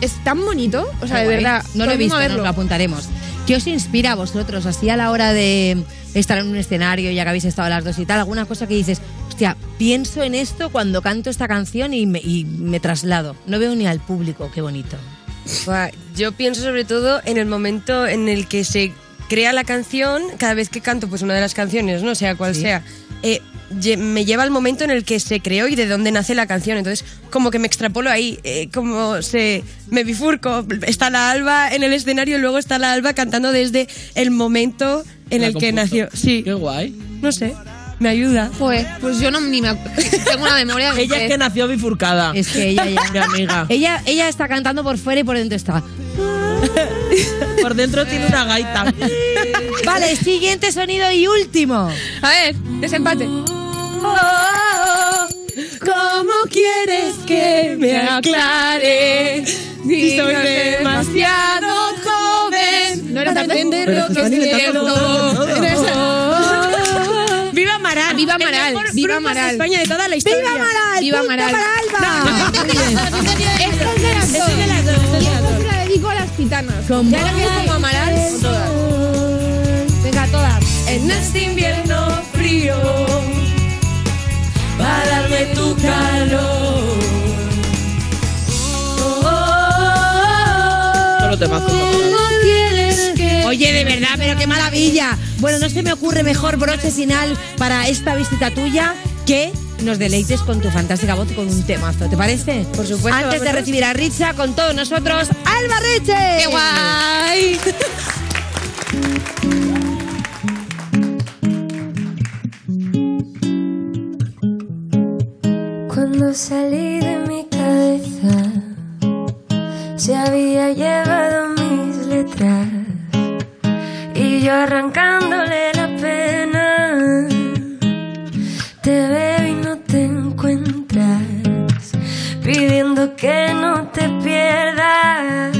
[SPEAKER 3] Es tan bonito. O sea, de
[SPEAKER 1] Guay.
[SPEAKER 3] verdad.
[SPEAKER 1] No lo
[SPEAKER 3] todo
[SPEAKER 1] he
[SPEAKER 3] el
[SPEAKER 1] visto,
[SPEAKER 3] mundo a
[SPEAKER 1] Pues nos lo
[SPEAKER 3] verlo.
[SPEAKER 1] apuntaremos. ¿Qué os inspira a vosotros así a la hora de estar en un escenario, ya que habéis estado las dos y tal? ¿Alguna cosa que dices, hostia, pienso en esto cuando canto esta canción y me, y me traslado? No veo ni al público, qué bonito.
[SPEAKER 8] Buah, Yo pienso sobre todo en el momento en el que se crea la canción, cada vez que canto pues una de las canciones, no sea cual
[SPEAKER 1] Sí.
[SPEAKER 8] sea, eh, lle- me lleva al momento en el que se creó y de dónde nace la canción. Entonces, como que me extrapolo ahí, eh, como se me bifurco. Está la Alba en el escenario, y luego está la Alba cantando desde el momento en
[SPEAKER 2] La
[SPEAKER 8] el que
[SPEAKER 2] compuso.
[SPEAKER 8] nació. Sí,
[SPEAKER 2] Qué guay.
[SPEAKER 8] no sé, me ayuda.
[SPEAKER 3] Joder, pues yo no ni me ac- tengo una memoria de
[SPEAKER 2] Ella es que nació bifurcada.
[SPEAKER 1] pues. Es que ella ya...
[SPEAKER 2] Mi amiga.
[SPEAKER 1] Ella, ella está cantando por fuera y por dentro está.
[SPEAKER 2] Por dentro tiene una gaita.
[SPEAKER 1] Vale, siguiente sonido y último.
[SPEAKER 3] A ver, desempate.
[SPEAKER 8] ¿Cómo quieres que me aclare? Si soy demasiado joven
[SPEAKER 3] No era para tanto. entender
[SPEAKER 2] lo que
[SPEAKER 8] ¡Viva Amaral!
[SPEAKER 3] Viva Amaral,
[SPEAKER 8] El mejor
[SPEAKER 3] viva
[SPEAKER 8] grupo de
[SPEAKER 3] Amaral.
[SPEAKER 8] España de toda la historia.
[SPEAKER 1] ¡Viva Amaral!
[SPEAKER 3] Viva
[SPEAKER 1] ¡Punto
[SPEAKER 3] Amaral.
[SPEAKER 1] para Alba!
[SPEAKER 3] Esta es de las
[SPEAKER 8] de las
[SPEAKER 3] dos.
[SPEAKER 8] dos,
[SPEAKER 3] Y esta se la dedico a las gitanas.
[SPEAKER 1] Con
[SPEAKER 3] Ya la veo como Amaral. con todas.
[SPEAKER 1] Venga, todas.
[SPEAKER 8] En este invierno frío
[SPEAKER 2] Para darme tu calor. Solo te
[SPEAKER 1] Oye, de verdad, pero qué maravilla. Bueno, no se me ocurre mejor broche final para esta visita tuya que nos deleites con tu fantástica voz y con un temazo, ¿te parece?
[SPEAKER 8] Por supuesto,
[SPEAKER 1] Antes de
[SPEAKER 8] vosotros.
[SPEAKER 1] recibir a Richa, con todos nosotros, Alba Reche.
[SPEAKER 3] ¡Qué guay!
[SPEAKER 17] Cuando salí de mi cabeza, se había llevado mis letras y yo arrancándole la pena. Te veo y no te encuentras, pidiendo que no te pierdas,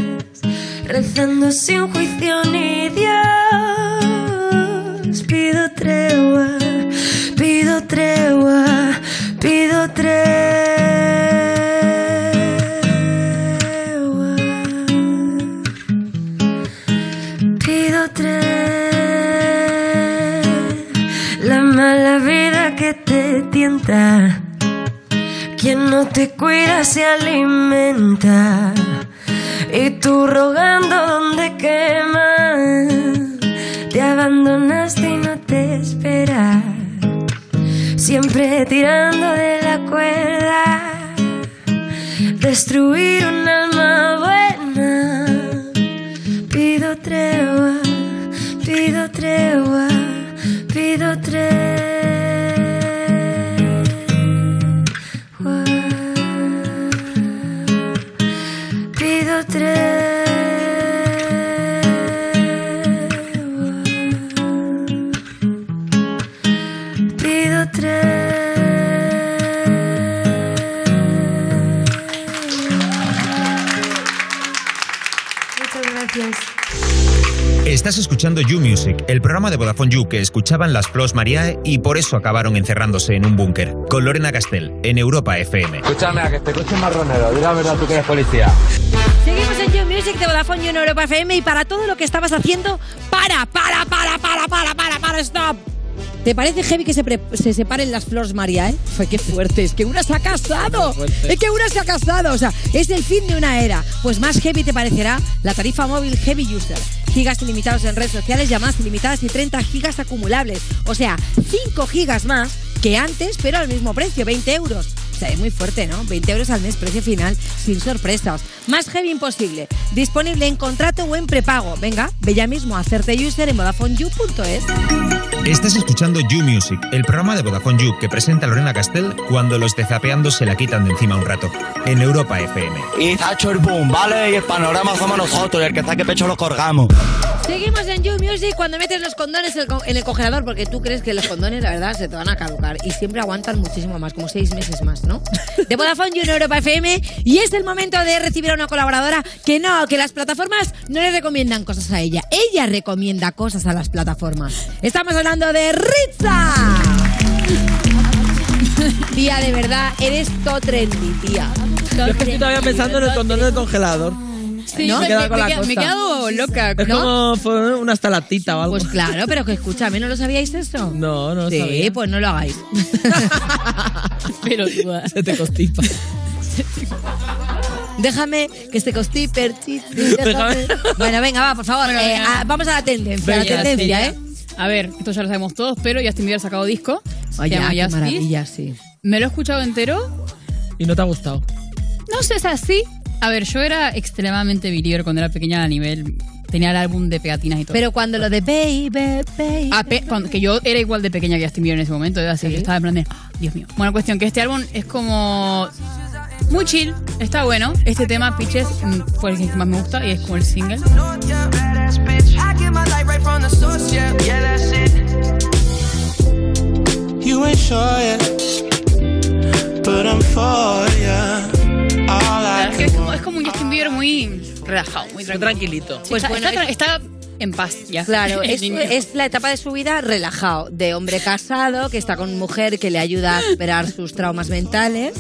[SPEAKER 17] rezando sin juicio ni Dios. Pido tregua, pido tregua, pido tregua. Pido tres la mala vida que te tienta. Quien no te cuida se alimenta. Y tú rogando donde quema. Te abandonaste y no te esperas. Siempre tirando de la cuerda de destruir un alma buena. Pido tregua, pido tregua, pido tregua. Pido tregua. Pido Muchas gracias.
[SPEAKER 18] Estás escuchando You Music, el programa de Vodafone You que escuchaban las Flos Mariae y por eso acabaron encerrándose en un búnker. Con Lorena Castel, en Europa FM.
[SPEAKER 19] Escúchame, a que este coche es marronero. Dile la verdad, tú que eres policía.
[SPEAKER 1] Seguimos en You Music de Vodafone You en Europa FM y para todo lo que estabas haciendo, para, para, para, para, para, para, para, stop. ¿Te parece heavy que se, pre- se separen las flores María, eh? Fue que fuerte, es que una se ha casado. Es que una se ha casado, o sea, es el fin de una era. Pues más heavy te parecerá la tarifa móvil Heavy User. Gigas ilimitados en redes sociales, llamadas ilimitadas y 30 gigas acumulables. O sea, 5 gigas más que antes, pero al mismo precio, 20 euros. O sea, es muy fuerte, ¿no? 20 euros al mes, precio final, sin sorpresas. Más heavy imposible. Disponible en contrato o en prepago. Venga, ve ya mismo a hacerte user en VodafoneYou.es.
[SPEAKER 18] Estás escuchando You Music, el programa de Vodafone You que presenta Lorena Castel cuando los de Zapeando se la quitan de encima un rato. En Europa FM.
[SPEAKER 19] Y Zacho el boom, ¿vale? Y el panorama somos nosotros, y el que saque pecho lo colgamos.
[SPEAKER 1] Seguimos en You Music cuando metes los condones el co- en el congelador, porque tú crees que los condones, la verdad, se te van a caducar y siempre aguantan muchísimo más, como seis meses más, ¿no? De Vodafone You en Europa FM y es el momento de recibir a una colaboradora que no, que las plataformas no le recomiendan cosas a ella, ella recomienda cosas a las plataformas. Estamos hablando de Ritza. Tía, de verdad, eres todo trendy, tía.
[SPEAKER 2] Yo es que estoy todavía pensando en el condón del congelador.
[SPEAKER 1] Sí, me- me queda- me he quedado loca,
[SPEAKER 2] Es
[SPEAKER 1] ¿no?
[SPEAKER 2] como fue una estalatita o algo.
[SPEAKER 1] Pues claro, pero que escúchame, ¿no lo sabíais eso?
[SPEAKER 2] No, no lo
[SPEAKER 1] Sí,
[SPEAKER 2] sabía.
[SPEAKER 1] pues no lo hagáis. pero
[SPEAKER 2] Se te constipa.
[SPEAKER 1] Déjame que este se constipe el chiste,
[SPEAKER 20] Déjame.
[SPEAKER 1] déjame. Bueno, venga, va, por favor.
[SPEAKER 20] Bueno,
[SPEAKER 1] eh,
[SPEAKER 20] venga.
[SPEAKER 1] a- vamos a la tendencia, a la
[SPEAKER 20] Venga,
[SPEAKER 1] tendencia,
[SPEAKER 20] sí,
[SPEAKER 1] ¿eh?
[SPEAKER 20] ya. A ver, esto ya lo sabemos todos, pero Justin Bieber ha sacado disco. se
[SPEAKER 1] Oye,
[SPEAKER 20] llama
[SPEAKER 1] ah, qué
[SPEAKER 20] Justice.
[SPEAKER 1] maravilla, sí.
[SPEAKER 20] Me lo he escuchado entero.
[SPEAKER 2] Y no te ha gustado.
[SPEAKER 20] No sé, es así. A ver, yo era extremadamente believer cuando era pequeña a nivel... Tenía el álbum de pegatinas y todo.
[SPEAKER 1] Pero cuando lo de baby, baby...
[SPEAKER 20] Ah, pe- cuando- que yo era igual de pequeña que Justin Bieber en ese momento, era así, yo estaba en plan de, "Ah, Dios mío. Bueno, cuestión que este álbum es como muy chill, está bueno. Este tema, Pitches, mm, fue el que más me gusta y es como el single.
[SPEAKER 5] Badass bitch. I get my light right from the source, yeah. Yeah, that's it.
[SPEAKER 21] You ain't sure yet, but I'm for ya. All
[SPEAKER 20] La
[SPEAKER 21] I
[SPEAKER 20] verdad es que
[SPEAKER 21] can
[SPEAKER 20] es como,
[SPEAKER 21] want-
[SPEAKER 20] es como un Justin Bieber muy relajado, muy tranquilo.
[SPEAKER 2] tranquilito.
[SPEAKER 20] Sí,
[SPEAKER 1] Pues
[SPEAKER 20] está,
[SPEAKER 1] bueno,
[SPEAKER 20] está-
[SPEAKER 1] es-
[SPEAKER 20] está en paz ya.
[SPEAKER 1] Claro,
[SPEAKER 20] El
[SPEAKER 1] es,
[SPEAKER 20] niño.
[SPEAKER 1] es la etapa de su vida relajado, de hombre casado, que está con mujer que le ayuda a superar sus traumas mentales.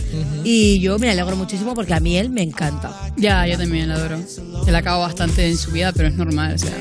[SPEAKER 1] Y yo me alegro muchísimo porque a mí él me encanta.
[SPEAKER 20] Ya, yo también la adoro. Se la acabo bastante en su vida, pero es normal, o sea.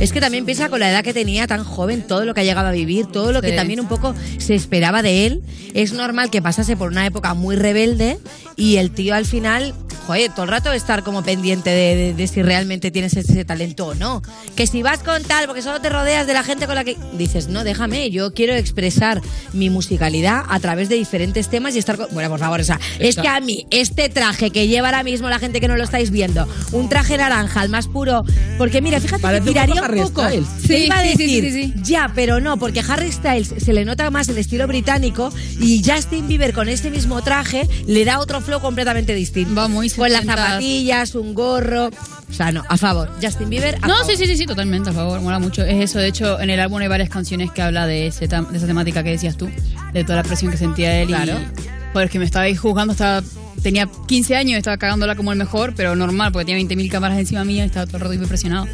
[SPEAKER 1] Es que también piensa con la edad que tenía tan joven, todo lo que ha llegado a vivir, todo lo que
[SPEAKER 20] Sí.
[SPEAKER 1] también un poco se esperaba de él. Es normal que pasase por una época muy rebelde y el tío al final, joder, todo el rato estar como pendiente de, de- de si realmente tienes ese talento o no. Que si vas con tal, porque solo te rodeas de la gente con la que dices, no, déjame, yo quiero expresar mi musicalidad a través de diferentes temas y estar con... Bueno, por favor, o sea, es
[SPEAKER 20] Está-
[SPEAKER 1] que a mí este traje que lleva ahora mismo la gente que no lo estáis viendo, un traje naranja, el más puro, porque mira, fíjate
[SPEAKER 2] Parece un
[SPEAKER 1] que tiraría
[SPEAKER 2] poco
[SPEAKER 1] un
[SPEAKER 2] Harry
[SPEAKER 1] poco.
[SPEAKER 2] Styles.
[SPEAKER 1] Te
[SPEAKER 2] Sí,
[SPEAKER 1] iba a
[SPEAKER 2] sí, sí,
[SPEAKER 1] decir,
[SPEAKER 2] sí, sí.
[SPEAKER 1] ya, pero no, porque Harry Styles se le nota más el estilo británico y Justin Bieber con este mismo traje le da otro flow completamente distinto. Vamos, con las
[SPEAKER 20] 70s.
[SPEAKER 1] zapatillas, un gorro. O sea, no, a favor. Justin Bieber, a
[SPEAKER 20] No,
[SPEAKER 1] favor.
[SPEAKER 20] sí, sí, sí, sí, totalmente, a favor, mola mucho. Es eso, de hecho, en el álbum hay varias canciones que habla de, ese tam- de esa temática que decías tú, de toda la presión que sentía él.
[SPEAKER 1] Claro.
[SPEAKER 20] Y, joder, es que me estaba ahí juzgando, estaba, tenía 15 años, estaba cagándola como el mejor, pero normal, porque tenía 20.000 cámaras encima mía y estaba todo el rato hiperpresionado.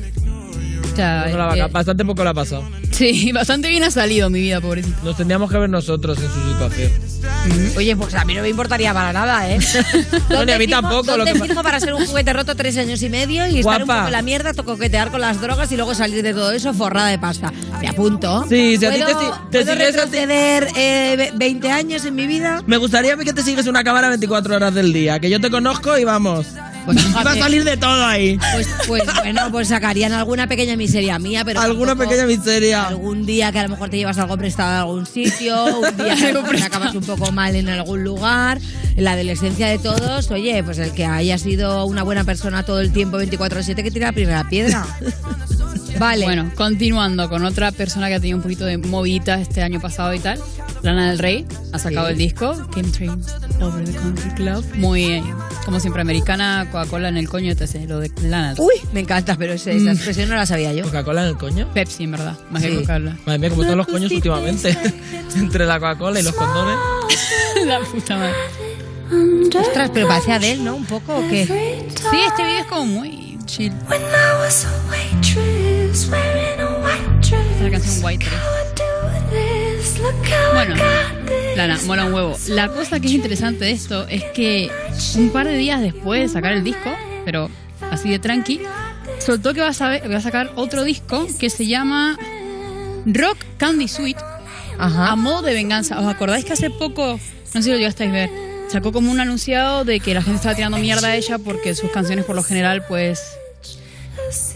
[SPEAKER 20] O sea,
[SPEAKER 2] Poco la vaca-
[SPEAKER 20] eh,
[SPEAKER 2] Bastante poco la ha pasado.
[SPEAKER 20] sí, bastante bien ha salido mi vida, pobrecito.
[SPEAKER 2] Nos tendríamos que ver nosotros en su situación.
[SPEAKER 1] Oye, pues a mí no me importaría para nada, ¿eh?
[SPEAKER 2] No, ni a mí
[SPEAKER 1] ¿Dónde fijo-
[SPEAKER 2] tampoco. Lo
[SPEAKER 1] dónde
[SPEAKER 2] que pa-
[SPEAKER 1] fijo para ser un juguete roto tres años y medio y estar un
[SPEAKER 2] Guapa.
[SPEAKER 1] poco en la mierda, to- coquetear con las drogas y luego salir de todo eso forrada de pasta? Me apunto.
[SPEAKER 2] Sí, si a ti te
[SPEAKER 1] ¿Puedo,
[SPEAKER 2] si- te sigues a
[SPEAKER 1] ¿puedo
[SPEAKER 2] ti-
[SPEAKER 1] retroceder eh, ve- 20 años en mi vida?
[SPEAKER 2] Me gustaría a mí que te sigues una cámara 24 horas del día, que yo te conozco y vamos. Va a salir de todo ahí.
[SPEAKER 1] Pues, pues bueno, pues sacarían alguna pequeña miseria mía, pero.
[SPEAKER 2] Alguna
[SPEAKER 1] tampoco-
[SPEAKER 2] pequeña miseria.
[SPEAKER 1] Algún día que a lo mejor te llevas algo prestado de algún sitio, un día que a lo mejor te acabas un poco mal en algún lugar. La adolescencia de todos, oye, pues el que haya sido una buena persona todo el tiempo, 24-7, que tira la primera piedra. Vale.
[SPEAKER 20] Bueno, continuando con otra persona que ha tenido un poquito de movita este año pasado y tal. Lana del Rey ha sacado
[SPEAKER 1] Sí.
[SPEAKER 20] el disco Kim Dreams Over the Country Club. Muy, eh, como siempre, americana, Coca-Cola en el coño, etc. Lo de Lana del Rey.
[SPEAKER 1] Uy, me encanta, pero ese- esa expresión no la sabía yo.
[SPEAKER 2] ¿Coca-Cola en el coño?
[SPEAKER 20] Pepsi, en verdad, más
[SPEAKER 2] Sí.
[SPEAKER 20] que Coca-Cola.
[SPEAKER 2] Madre mía, como todos los coños últimamente. Entre la Coca-Cola y los condones.
[SPEAKER 20] La puta madre.
[SPEAKER 1] Ostras, pero parece Adele, ¿no? Un poco, ¿o qué?
[SPEAKER 20] Sí, este video es como muy chill. Esta es la canción White Dress. Bueno, Lana, mola un huevo. La cosa que es interesante de esto es que un par de días después de sacar el disco, pero así de tranqui, soltó que va a, sabe- va a sacar otro disco que se llama Rock Candy Sweet a modo de venganza. ¿Os acordáis que hace poco, no sé si lo llegasteis a ver, sacó como un anunciado de que la gente estaba tirando mierda a ella porque sus canciones por lo general pues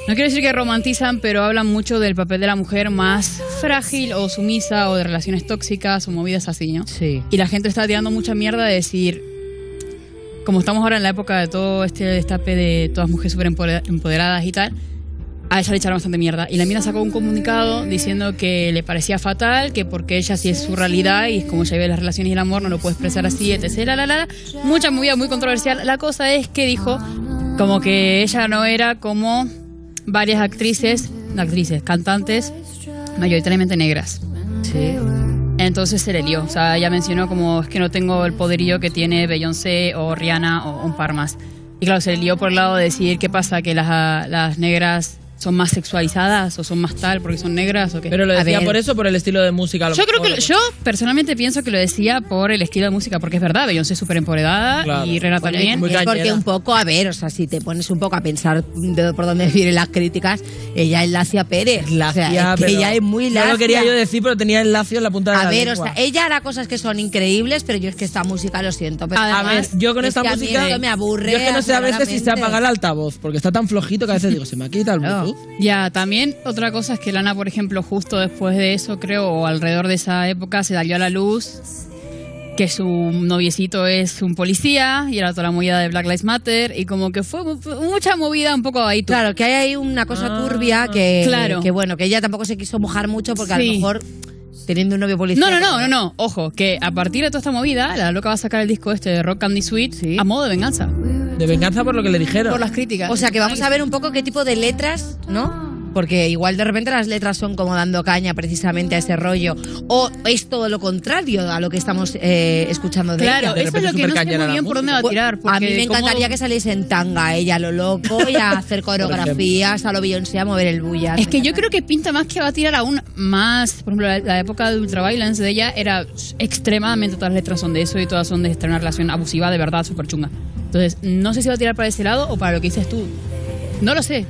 [SPEAKER 20] no quiero decir que romantizan, pero hablan mucho del papel de la mujer más frágil o sumisa o de relaciones tóxicas o movidas así, ¿no?
[SPEAKER 1] Sí.
[SPEAKER 20] Y la gente está tirando mucha mierda de decir, como estamos ahora en la época de todo este destape de todas mujeres súper empoderadas y tal, a ella le echaron bastante mierda. Y la mina sacó un comunicado diciendo que le parecía fatal, que porque ella sí es su realidad y es como ella vive las relaciones y el amor, no lo puede expresar así, etc. La, la, la. Mucha movida muy controversial. La cosa es que dijo como que ella no era como varias actrices, no actrices, cantantes, mayoritariamente negras. Entonces se le lió. O sea, ella mencionó como es que no tengo el poderío que tiene Beyoncé o Rihanna o un par más. Y claro, se le lió por el lado de decir qué pasa, que las, las negras son más sexualizadas o son más tal porque son negras o qué.
[SPEAKER 2] Pero lo
[SPEAKER 20] A
[SPEAKER 2] decía
[SPEAKER 20] ver.
[SPEAKER 2] por eso, por el estilo de música. a lo
[SPEAKER 20] Yo creo
[SPEAKER 2] mejor,
[SPEAKER 20] que lo- yo personalmente pienso que lo decía por el estilo de música, porque es verdad, Beyoncé es súper empoderada
[SPEAKER 1] Claro.
[SPEAKER 20] y Rihanna
[SPEAKER 1] Bueno,
[SPEAKER 20] también.
[SPEAKER 1] es porque un poco, a ver, o sea, si te pones un poco a pensar de por dónde vienen las críticas, ella es Lacia Pérez. o sea,
[SPEAKER 2] Ya,
[SPEAKER 1] es que
[SPEAKER 2] pero
[SPEAKER 1] ella es muy
[SPEAKER 2] No
[SPEAKER 1] lacia.
[SPEAKER 2] lo quería yo decir, pero tenía el lacio en la punta de
[SPEAKER 1] a
[SPEAKER 2] la
[SPEAKER 1] ver, o
[SPEAKER 2] lengua.
[SPEAKER 1] sea, eh, ella hará cosas que son increíbles, pero yo es que esta música lo siento. Pero
[SPEAKER 2] a ver,
[SPEAKER 1] además,
[SPEAKER 2] yo con
[SPEAKER 1] es
[SPEAKER 2] esta
[SPEAKER 1] que a mí
[SPEAKER 2] música.
[SPEAKER 1] esto me aburre.
[SPEAKER 2] Yo es que no sé a veces si se
[SPEAKER 1] amargamente.
[SPEAKER 2] apaga el altavoz, porque está tan flojito que a veces digo, se me quita el Bluetooth.
[SPEAKER 20] Ah. Ya, también otra cosa es que Lana, por ejemplo, justo después de eso, creo, o alrededor de esa época, se salió a la luz que su noviecito es un policía y era toda la movida de Black Lives Matter y como que fue mu- fue mucha movida un poco ahí.
[SPEAKER 1] Claro, que hay ahí una cosa
[SPEAKER 2] Ah,
[SPEAKER 1] turbia que,
[SPEAKER 20] Claro.
[SPEAKER 1] que bueno, que ella tampoco se quiso mojar mucho porque a lo
[SPEAKER 20] Sí.
[SPEAKER 1] mejor teniendo un novio policía.
[SPEAKER 20] No, no, no, no, no. Ojo, que a partir de toda esta movida, la loca va a sacar el disco este de Rock Candy Sweet a modo de venganza.
[SPEAKER 2] De venganza por lo que le dijeron.
[SPEAKER 20] Por las críticas.
[SPEAKER 1] O sea, que vamos a ver un poco qué tipo de letras, ¿no? Porque igual de repente las letras son como dando caña precisamente a ese rollo. O es todo lo contrario a lo que estamos eh, escuchando de
[SPEAKER 20] Claro,
[SPEAKER 1] ella.
[SPEAKER 20] De eso es repente lo que no supercaña sé muy la bien por música. dónde va a tirar,
[SPEAKER 1] a mí
[SPEAKER 20] porque
[SPEAKER 1] me
[SPEAKER 20] como-
[SPEAKER 1] encantaría que saliese en tanga ella, a lo loco, y a hacer coreografías, a lo Beyoncé, a mover el bullar.
[SPEAKER 20] Es que yo creo que pinta más que va a tirar aún más. Por ejemplo, la, la época de Ultraviolence de ella era extremadamente. Todas las letras son de eso y todas son de estar en una relación abusiva de verdad, súper chunga. Entonces, no sé si va a tirar para ese lado o para lo que dices tú. No lo sé.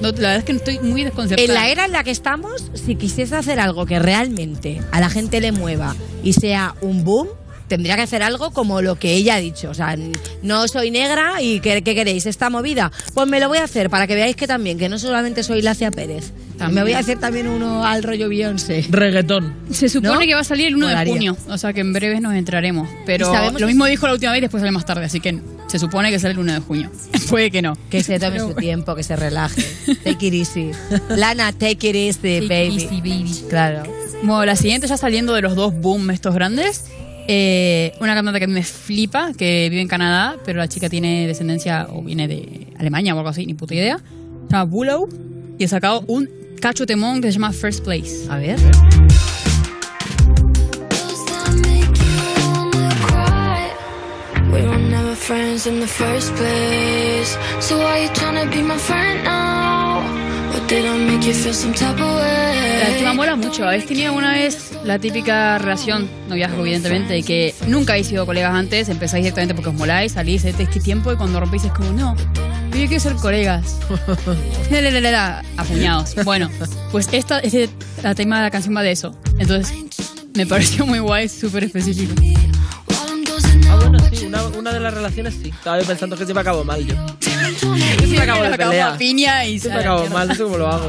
[SPEAKER 20] No, la verdad es que estoy muy desconcertada.
[SPEAKER 1] En la era en la que estamos, si quisiese hacer algo que realmente a la gente le mueva y sea un boom, tendría que hacer algo como lo que ella ha dicho. O sea, n- no soy negra y ¿qué, qué queréis? ¿Esta movida? Pues me lo voy a hacer para que veáis que también, que no solamente soy Lacia Pérez. Me voy a hacer también uno al rollo Beyoncé.
[SPEAKER 2] Reggaetón.
[SPEAKER 20] Se supone
[SPEAKER 1] ¿No?
[SPEAKER 20] que va a salir el 1
[SPEAKER 1] Molaría.
[SPEAKER 20] de junio. O sea que en breves nos entraremos. Pero
[SPEAKER 1] ¿Y sabemos
[SPEAKER 20] lo
[SPEAKER 1] si-
[SPEAKER 20] mismo dijo la última vez y después sale más tarde. Así que se supone que sale el 1 de junio. Puede que no.
[SPEAKER 1] Que se tome su tiempo, que se relaje. Take it easy. Lana, take it easy, baby. Claro.
[SPEAKER 20] Bueno, la siguiente ya saliendo de los dos boom estos grandes. eh, una cantante que a mí me flipa, que vive en Canadá, pero la chica tiene descendencia o viene de Alemania o algo así, ni puta idea. Se llama Willow y ha sacado un cacho temón que se llama First Place.
[SPEAKER 1] A ver.
[SPEAKER 17] We were never friends in the first place. So why you tryna be my friend now? What did I make you feel some type of
[SPEAKER 20] La última
[SPEAKER 17] way?
[SPEAKER 20] mola mucho. Habéis tenido alguna vez la típica relación, noviazgo, evidentemente, de que nunca habéis sido colegas antes, empezáis directamente porque os moláis, salís este este tiempo y cuando rompéis es como, no, yo quiero ser colegas. La, la, la, la, la, Apuñados. Bueno, pues esta, este, la tema de la canción va de eso. Entonces, me pareció muy guay, súper específico.
[SPEAKER 2] Ah, bueno, sí, una, una de las relaciones sí. Estaba yo pensando que se me acabó mal yo.
[SPEAKER 20] sí,
[SPEAKER 2] me acabo
[SPEAKER 20] que
[SPEAKER 2] de
[SPEAKER 20] nos acabamos
[SPEAKER 2] pelear.
[SPEAKER 20] a piña y
[SPEAKER 2] Esto me
[SPEAKER 20] sale
[SPEAKER 2] acabo
[SPEAKER 20] la
[SPEAKER 2] mal, no sé cómo lo hago.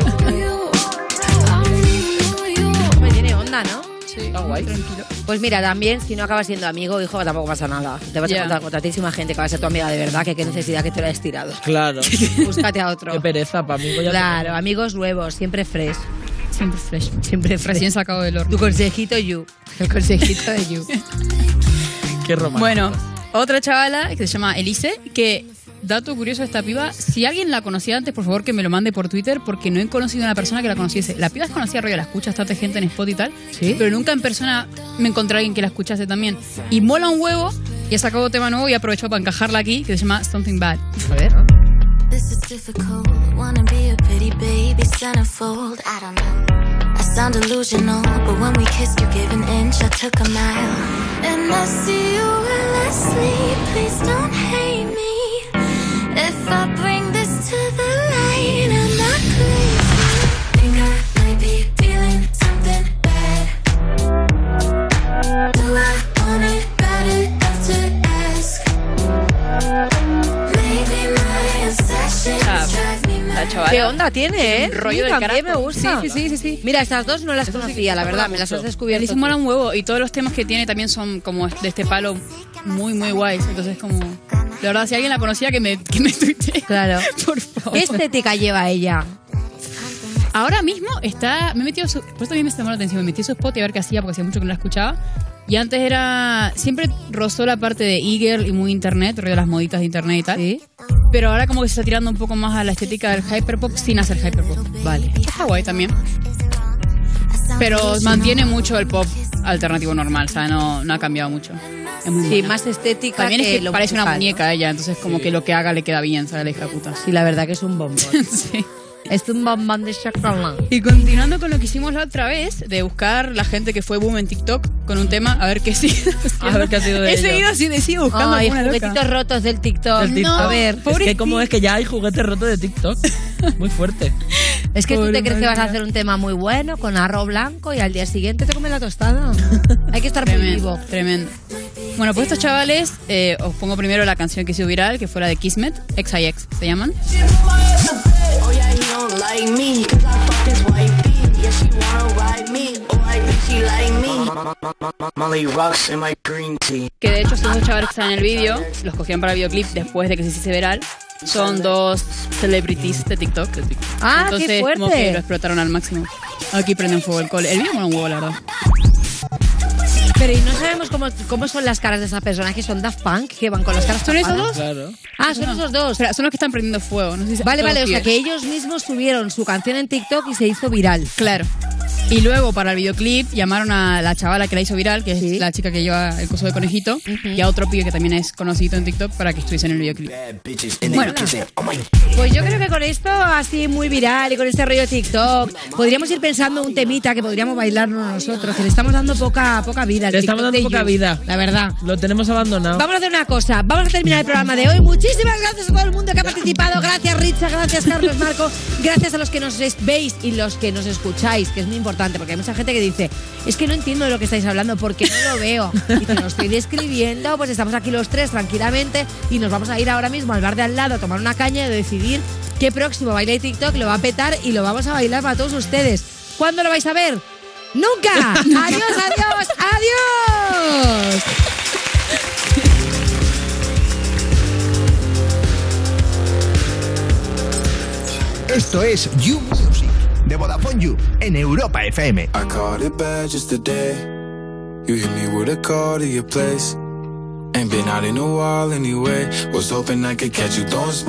[SPEAKER 1] Me tiene onda, ¿no? Sí,
[SPEAKER 2] está guay.
[SPEAKER 1] Tranquilo. Pues mira, también, si no acabas siendo amigo, hijo, tampoco pasa nada. Te vas a
[SPEAKER 2] Ya.
[SPEAKER 1] encontrar con tantísima gente que va a ser tu amiga de verdad, que qué necesidad que te lo hayas tirado.
[SPEAKER 2] Claro.
[SPEAKER 1] Búscate a otro.
[SPEAKER 2] Qué pereza para mí. voy a-
[SPEAKER 1] Claro, amigos nuevos, siempre fresh.
[SPEAKER 20] Siempre fresh.
[SPEAKER 1] Siempre fresh.
[SPEAKER 20] Recién sacado del horno.
[SPEAKER 1] Tu consejito, you. El consejito de you.
[SPEAKER 2] Qué romántico.
[SPEAKER 20] Bueno, otra chavala que se llama Elise, que dato curioso de esta piba, si alguien la conocía antes, por favor que me lo mande por Twitter, porque no he conocido a una persona que la conociese. La piba es conocida, rollo, la escucha bastante gente en spot y tal, pero nunca en persona me encontré a alguien que la escuchase también. Y mola un huevo, y ha sacado tema nuevo y aprovecho para encajarla aquí, que se llama Something Bad.
[SPEAKER 2] A ver.
[SPEAKER 17] This is difficult. Wanna be a pretty baby, centerfold. I don't know. I sound delusional, but when we kissed, you gave an inch. I took a mile. And I see you while I sleep. Please don't hate me. If I bring this to the light, I'm not crazy. Think I might be feeling something bad. Do I want it bad enough to ask? Maybe my obsessions drive me mad.
[SPEAKER 1] ¿Qué onda tiene, eh?
[SPEAKER 20] rollo del
[SPEAKER 1] Sí, también me
[SPEAKER 20] carajo.
[SPEAKER 1] gusta.
[SPEAKER 20] Sí, sí, sí, sí, sí.
[SPEAKER 1] Mira, estas dos no las conocía, la verdad, me las has descubierto.
[SPEAKER 20] Elise
[SPEAKER 1] tú.
[SPEAKER 20] mola un huevo y todos los temas que tiene también son como de este palo muy, muy guays. Entonces, como. La verdad, si alguien la conocía, que me, que me tuitee.
[SPEAKER 1] Claro.
[SPEAKER 20] Por favor.
[SPEAKER 1] ¿Qué estética lleva ella?
[SPEAKER 20] Ahora mismo está. Me he metido. Su, por eso también me llamó la atención. Me metí su spot y a ver qué hacía porque hacía mucho que no la escuchaba. Y antes era. Siempre rozó la parte de e-girl y muy internet, rollo las moditas de internet y tal. Pero ahora como que se está tirando un poco más a la estética del hyperpop sin hacer hyperpop. Vale. Está guay también. Pero mantiene mucho el pop alternativo normal, o sea, no, no ha cambiado mucho. Es muy
[SPEAKER 1] Sí,
[SPEAKER 20] buena.
[SPEAKER 1] más estética.
[SPEAKER 20] También es que
[SPEAKER 1] lo
[SPEAKER 20] parece una
[SPEAKER 1] musical, ¿no?
[SPEAKER 20] muñeca ella, entonces como que lo que haga le queda bien, ¿sabes? La ejecuta.
[SPEAKER 1] Sí, la verdad que es un bombón.
[SPEAKER 20] sí.
[SPEAKER 1] Es un bombón de chocolate.
[SPEAKER 20] Y continuando con lo que hicimos la otra vez, de buscar la gente que fue boom en TikTok con un tema, a ver qué sí.
[SPEAKER 2] A ver qué ha sido de
[SPEAKER 20] He
[SPEAKER 2] ello.
[SPEAKER 20] seguido así de sigo buscando
[SPEAKER 1] Ay,
[SPEAKER 20] alguna loca.
[SPEAKER 1] juguetitos rotos del TikTok.
[SPEAKER 2] El TikTok.
[SPEAKER 1] A ver,
[SPEAKER 2] es que como es que ya hay juguetes rotos de TikTok. Muy fuerte.
[SPEAKER 1] Es que tú
[SPEAKER 2] Pobre
[SPEAKER 1] te crees que vas a
[SPEAKER 2] María.
[SPEAKER 1] hacer un tema muy bueno con arroz blanco y al día siguiente te comes la tostada. Hay que estar muy vivo.
[SPEAKER 20] Tremendo, tremendo. Bueno, pues estos chavales, eh, os pongo primero la canción que hizo viral, que fue la de Kismet, XIX, se llaman.
[SPEAKER 5] Oh yeah, he don't like me, cause I fuck his wifey. Yeah, she wanna ride me, oh I think she like me. Molly rocks in my green tea.
[SPEAKER 20] Que de hecho estos dos chavales que están en el vídeo, los cogieron para el videoclip después de que se hiciese viral. Son dos celebrities de TikTok.
[SPEAKER 1] Ah, qué
[SPEAKER 20] Entonces, como
[SPEAKER 1] fuerte.
[SPEAKER 20] que lo explotaron al máximo. Aquí prenden fuego el cole. El vídeo mola un huevo, la verdad.
[SPEAKER 1] Pero y no sabemos cómo, cómo son las caras de esas personas que son Daft Punk, que van con las caras
[SPEAKER 20] ¿Son esos
[SPEAKER 1] tapadas.
[SPEAKER 20] dos? Claro.
[SPEAKER 1] Ah, son esos dos.
[SPEAKER 20] son los que están prendiendo fuego. No sé si-
[SPEAKER 1] Vale,
[SPEAKER 20] son
[SPEAKER 1] vale,
[SPEAKER 20] los
[SPEAKER 1] o sea
[SPEAKER 20] tíos.
[SPEAKER 1] que ellos mismos subieron su canción en TikTok y se hizo viral.
[SPEAKER 20] Claro. Y luego para el videoclip llamaron a la chavala que la hizo viral, que es la chica que lleva el coso de conejito, y a otro pibe que también es conocido en TikTok para que estuviese en el videoclip. Bueno,
[SPEAKER 1] Pues yo creo que con esto así muy viral y con este rollo TikTok, podríamos ir pensando un temita que podríamos bailarnos nosotros, que le estamos dando poca, poca vida. al
[SPEAKER 2] Le estamos
[SPEAKER 1] TikTok
[SPEAKER 2] dando
[SPEAKER 1] de
[SPEAKER 2] poca
[SPEAKER 1] You,
[SPEAKER 2] vida.
[SPEAKER 1] La verdad.
[SPEAKER 2] Lo tenemos abandonado.
[SPEAKER 1] Vamos a hacer una cosa, vamos a terminar el programa de hoy. Muchísimas gracias a todo el mundo que ha participado. Gracias Richa, gracias Carlos Marco, gracias a los que nos es- veis y los que nos escucháis, que es muy importante, porque hay mucha gente que dice, es que no entiendo de lo que estáis hablando porque no lo veo. Y te lo estoy describiendo, pues estamos aquí los tres tranquilamente y nos vamos a ir ahora mismo al bar de al lado a tomar una caña y decidir qué próximo baile de TikTok lo va a petar y lo vamos a bailar para todos ustedes. ¿Cuándo lo vais a ver? ¡Nunca! ¡Adiós, adiós, adiós!
[SPEAKER 4] Esto es You Music de Vodafone You en Europa FM.
[SPEAKER 21] I caught it bad just today. You hit me with a call to your place. Ain't been out in a while anyway. Was hoping I could catch you throwing smiles.